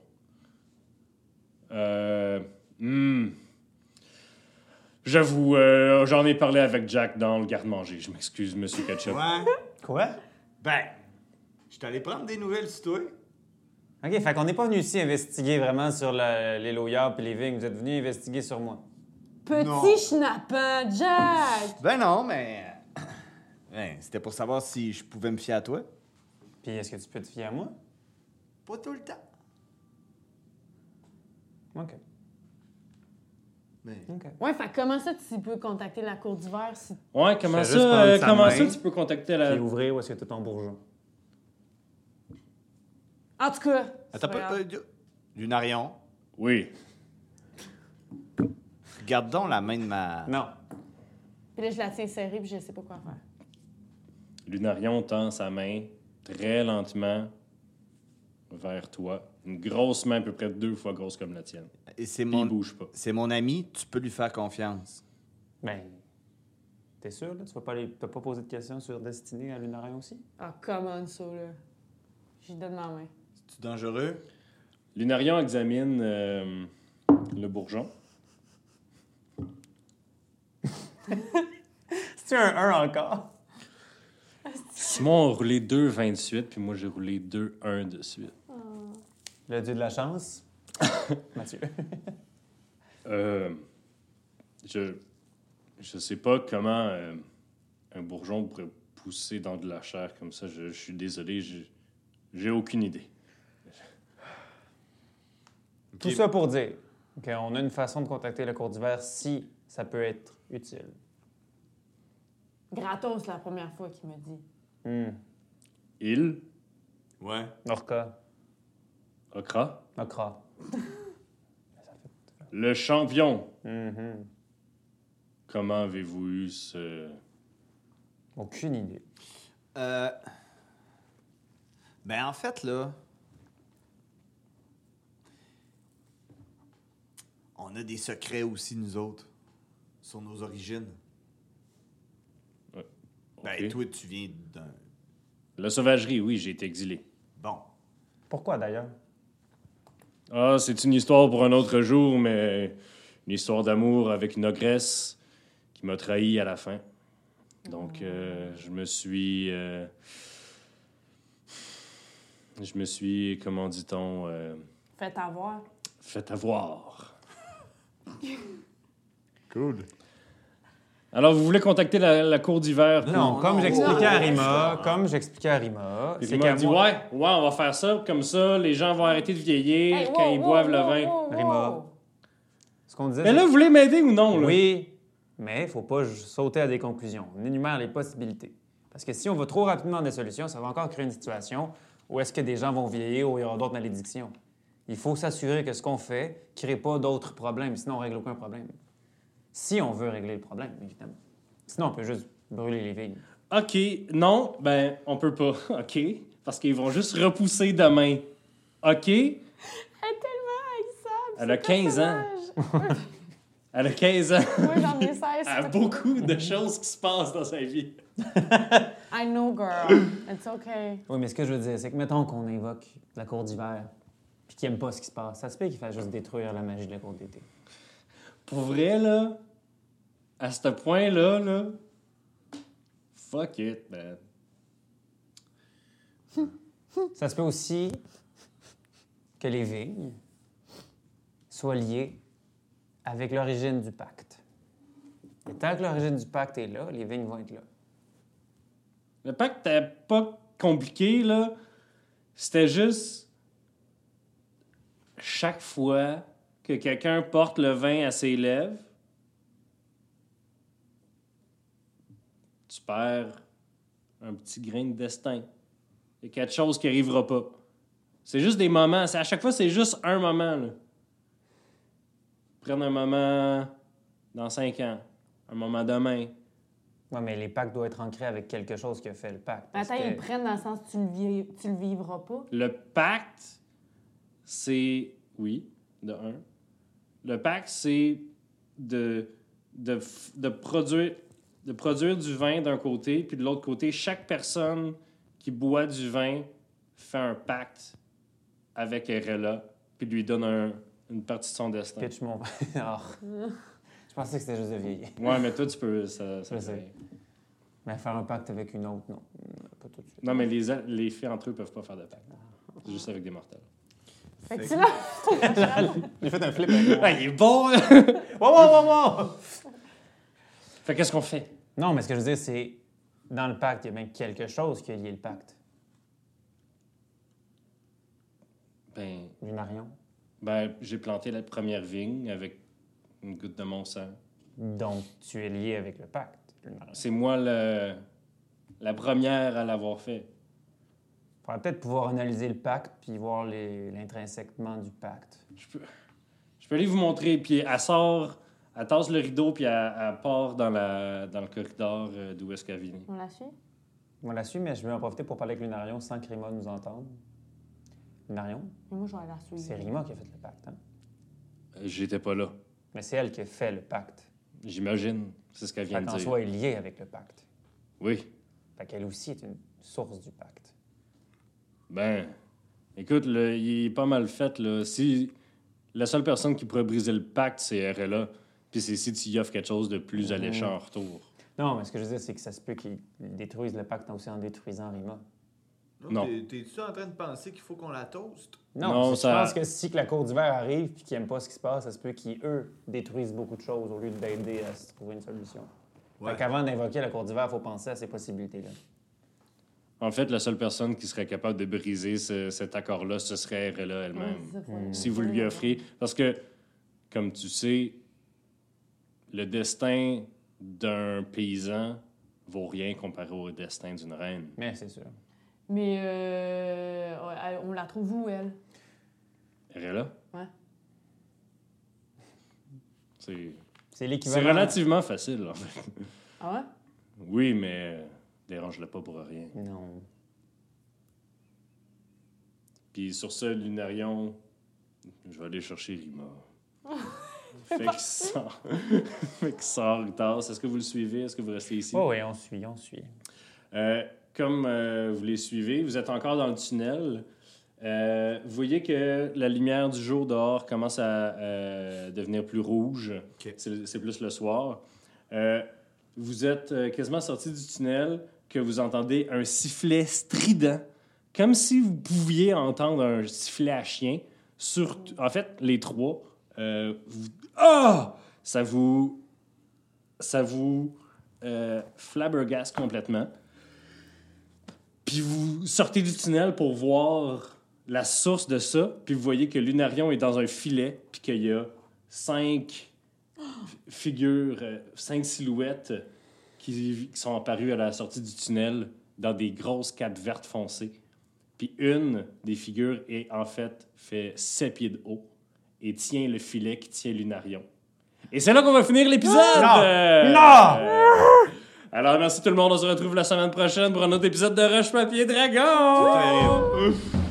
S1: Euh. hmm. J'avoue, euh, j'en ai parlé avec Jack dans le garde-manger. Je m'excuse, monsieur Ketchup.
S4: Ouais.
S3: Quoi?
S4: ben, je t'allais prendre des nouvelles sur toi.
S3: OK, fait qu'on n'est pas venu ici investiguer vraiment sur la- les loyards et les vignes. Vous êtes venu investiguer sur moi.
S2: Petit
S4: Non.
S2: schnappant, Jack!
S4: Ben non, mais. [coughs] Ben, C'était pour savoir si je pouvais me fier à toi.
S3: Puis est-ce que tu peux te fier à moi?
S4: Pas tout le temps.
S3: OK.
S4: Mais...
S3: OK.
S2: Ouais, fait que comment ça tu peux contacter la cour d'hiver si.
S1: Ouais, comment
S3: Je
S1: ça,
S3: fais juste prendre
S1: euh,
S3: sa
S1: comment
S3: main,
S1: ça tu peux contacter la.
S3: Puis ouvrir où est-ce que t'as ton bourgeon.
S2: En tout cas. c'est
S4: Attends,
S2: pas
S4: pas.
S2: grave.
S4: euh, Lunarion,
S1: Oui.
S4: garde donc la main de ma.
S3: Non.
S2: Puis là, je la tiens serrée, puis je sais pas quoi faire.
S1: Lunarion tend sa main très lentement vers toi. Une grosse main à peu près deux fois grosse comme la tienne.
S4: Et C'est
S1: Puis il
S4: mon...
S1: bouge pas.
S4: c'est mon ami, tu peux lui faire confiance.
S3: Ben, t'es sûr, là? Tu vas pas, aller... t'as pas posé de questions sur Destinée à Lunarion aussi?
S2: Ah, comment ça, là? J'y donne ma main.
S4: Tu dangereux?
S1: Lunarion examine euh, le bourgeon.
S3: C'est-tu un 1 encore?
S1: Simon a roulé 2,28, puis moi j'ai roulé 2,1 de suite.
S4: Ah.
S3: Le dieu de la [laughs] chance? Mathieu.
S1: Euh, je je sais pas comment euh, un bourgeon pourrait pousser dans de la chair comme ça. Je, je suis désolé, j'ai- j'ai aucune idée.
S3: Tout ça pour dire qu'on a une façon de contacter la cour d'hiver si ça peut être utile.
S2: Gratos, c'est la première fois qu'il me dit.
S3: Hmm.
S1: Il,
S4: Ouais.
S3: Orca.
S1: Okra,
S3: Okra.
S1: le champion.
S3: Mhm.
S1: Comment avez-vous eu ce...
S3: Aucune idée.
S4: Euh... Ben, en fait, là. On a des secrets aussi, nous autres, sur nos origines. Ben,
S1: Ok.
S4: toi, tu viens d'un.
S1: La sauvagerie, oui, j'ai été exilé.
S4: Bon.
S3: Pourquoi d'ailleurs?
S1: Ah, c'est une histoire pour un autre jour, mais une histoire d'amour avec une ogresse qui m'a trahi à la fin. Donc, euh, je me suis. euh, je me suis, comment dit-on, euh,
S2: Faites avoir.
S1: fait avoir.
S4: Cool.
S1: Alors, vous voulez contacter la, la cour d'hiver? pour-
S3: Non, comme
S4: non,
S3: j'expliquais à
S4: non.
S3: Rima, comme j'expliquais à Rima,
S1: Puis
S3: c'est
S1: Rima
S3: qu'à
S1: dit
S3: moi-
S1: ouais, ouais, on va faire ça, comme ça, les gens vont arrêter de vieillir
S2: Hey,
S1: quand
S2: wow,
S1: ils
S2: wow,
S1: boivent le
S2: wow,
S1: vin.
S2: wow, wow.
S3: Rima. ce qu'on disait.
S1: Mais
S3: c'est-
S1: là, vous voulez m'aider ou non? Là?
S3: Oui, mais il faut pas j- sauter à des conclusions. On énumère les possibilités. Parce que si on va trop rapidement dans des solutions, ça va encore créer une situation où est-ce que des gens vont vieillir ou il y aura d'autres malédictions. Il faut s'assurer que ce qu'on fait ne crée pas d'autres problèmes, sinon on règle aucun problème. Si on veut régler le problème, évidemment. Sinon, on peut juste brûler les vignes.
S1: OK, non, ben, on peut pas. [laughs] OK, parce qu'ils vont juste repousser demain. OK, elle
S2: Elle est tellement haïssable.
S1: a 15 ans. Elle a 15 ans. [laughs]
S2: Moi, j'en ai 16.
S1: Elle a beaucoup de choses qui se passent dans sa vie.
S2: I
S1: [coughs]
S2: know, girl. It's okay.
S3: Oui, mais ce que je veux dire, c'est que mettons qu'on invoque la cour d'hiver, puis qu'ils n'aiment pas ce qui se passe, ça se peut qu'ils fassent juste détruire la magie de la cour d'été.
S1: Pour vrai, là, à ce point-là, là, fuck it, man.
S3: Ça se peut aussi que les vignes soient liées avec l'origine du pacte. Et tant que l'origine du pacte est là, les vignes vont être là.
S1: Le pacte était pas compliqué, là. C'était juste. Chaque fois que quelqu'un porte le vin à ses lèvres, tu perds un petit grain de destin. Il y a quelque chose qui arrivera pas. C'est juste des moments. C'est- À chaque fois, c'est juste un moment. Là. Prendre un moment dans cinq ans, un moment demain.
S3: Oui, mais les pactes doivent être ancrés avec quelque chose que fait le pacte. parce
S2: Attends,
S3: que-
S2: ils prennent dans le sens tu le, vi- tu le vivras pas.
S1: Le pacte, c'est. Oui, de un. Le pacte, c'est de, de, f- de produire, de produire du vin d'un côté, puis de l'autre côté, chaque personne qui boit du vin fait un pacte avec Erella, puis lui donne un- une partie de son destin.
S3: Pitch mon... [laughs] Ah. Je pensais que c'était juste de vieillir.
S1: Ouais, mais toi, tu peux. Ça, ça
S3: Je sais. Mais faire un pacte avec une autre, non. Pas tout de suite.
S1: Non, mais les, a- les filles entre eux peuvent pas faire de pacte. C'est juste avec des mortels.
S2: Fait que
S4: Fait
S2: tu l'as.
S3: J'ai fait un flip avec
S1: [laughs]
S3: moi.
S1: il est bon! hein?
S3: Wow, wow, wow, wow!
S1: fait qu'est-ce qu'on fait?
S3: Non, mais ce que je veux dire, c'est dans le pacte, il y a bien quelque chose qui a lié le pacte.
S1: Ben,
S3: Du Marion.
S1: ben, j'ai planté la première vigne avec une goutte de mon sang.
S3: Donc, tu es lié avec le pacte. Lunarion.
S1: C'est moi le, la première à l'avoir fait.
S3: faudrait peut-être pouvoir analyser le pacte puis voir les- l'intrinsèquement du pacte.
S1: Je peux, je peux aller vous montrer. Puis elle sort, elle tasse le rideau, puis elle, elle part dans, la, dans le corridor euh, d'où est-ce qu'elle vient.
S2: On la suit?
S3: On la suit, mais je vais en profiter pour parler avec Lunarion sans que Rima nous entende. Lunarion,
S2: Mais moi, j'aurais la
S1: Mm-hmm.
S2: suivre.
S3: c'est Rima qui a fait le pacte, hein?
S1: Euh, J'étais pas là.
S3: Mais c'est elle qui a fait le pacte.
S1: J'imagine. C'est ce qu'elle vient
S3: Fait
S1: de
S3: qu'en
S1: dire.
S3: soi, elle est liée avec le pacte.
S1: Oui.
S3: Fait qu'elle aussi est une source du pacte.
S1: Ben, écoute, le- il est pas mal fait, là. Si la seule personne qui pourrait briser le pacte, c'est RLA, puis c'est si tu y offres quelque chose de plus alléchant en retour.
S3: Non, mais ce que je veux dire, c'est que ça se peut qu'ils détruisent le pacte aussi en détruisant Rima.
S1: Non.
S4: T'es- T'es-tu en train de penser qu'il faut qu'on la toast?
S3: Non,
S1: Non,
S3: parce que
S1: ça-
S3: je pense que si que la Cour d'hiver arrive puis qu'ils n'aiment pas ce qui se passe, ça se peut qu'ils, eux, détruisent beaucoup de choses au lieu d'aider à se trouver une solution.
S4: Ouais.
S3: Fait qu'avant d'invoquer la Cour d'hiver, il faut penser à ces possibilités-là.
S1: En fait, la seule personne qui serait capable de briser ce- cet accord-là, ce serait RLA
S2: Ouais,
S1: elle-même.
S2: c'est ça, faut aller
S1: si
S2: la
S1: vous lui
S2: suivre.
S1: offrez. Parce que, comme tu sais, le destin d'un paysan vaut rien comparé au destin d'une reine.
S3: Mais c'est sûr.
S2: Mais euh, ouais, elle- on la trouve où, elle?
S1: RLA?
S2: Ouais.
S1: C'est
S3: C'est
S1: c'est
S3: l'équivalent.
S1: relativement facile, en fait.
S2: Ah ouais?
S1: Oui, mais euh, dérange-le pas pour rien.
S3: Non.
S1: Puis sur ce, Lunarion, je vais aller chercher Rima. fait qu'il sort. [laughs] fait qu'il sort, il tasse. Est-ce que vous le suivez? Est-ce que vous restez ici?
S3: Oh, oui, on suit, on suit.
S1: Euh, comme euh, vous les suivez, vous êtes encore dans le tunnel. Euh, vous voyez que la lumière du jour dehors commence à euh, devenir plus rouge.
S4: Ok.
S1: C'est c'est plus le soir. Euh, vous êtes euh, quasiment sorti du tunnel que vous entendez un sifflet strident, comme si vous pouviez entendre un sifflet à chien. Surtout- en fait, les trois. euh, vous- Ah! Ça vous. Ça vous euh, flabbergaste complètement. Puis vous sortez du tunnel pour voir la source de ça, puis vous voyez que Lunarion est dans un filet, puis qu'il y a cinq fi- figures, euh, cinq silhouettes qui, qui sont apparues à la sortie du tunnel dans des grosses capes vertes foncées. Puis une des figures est en fait fait sept pieds de haut et tient le filet qui tient Lunarion. Et c'est là qu'on va finir l'épisode!
S3: Non!
S1: Euh,
S3: Non!
S1: euh, alors merci tout le monde, on se retrouve la semaine prochaine pour un autre épisode de Rush Papier Dragon!
S4: C'est terrible.
S1: Ouf.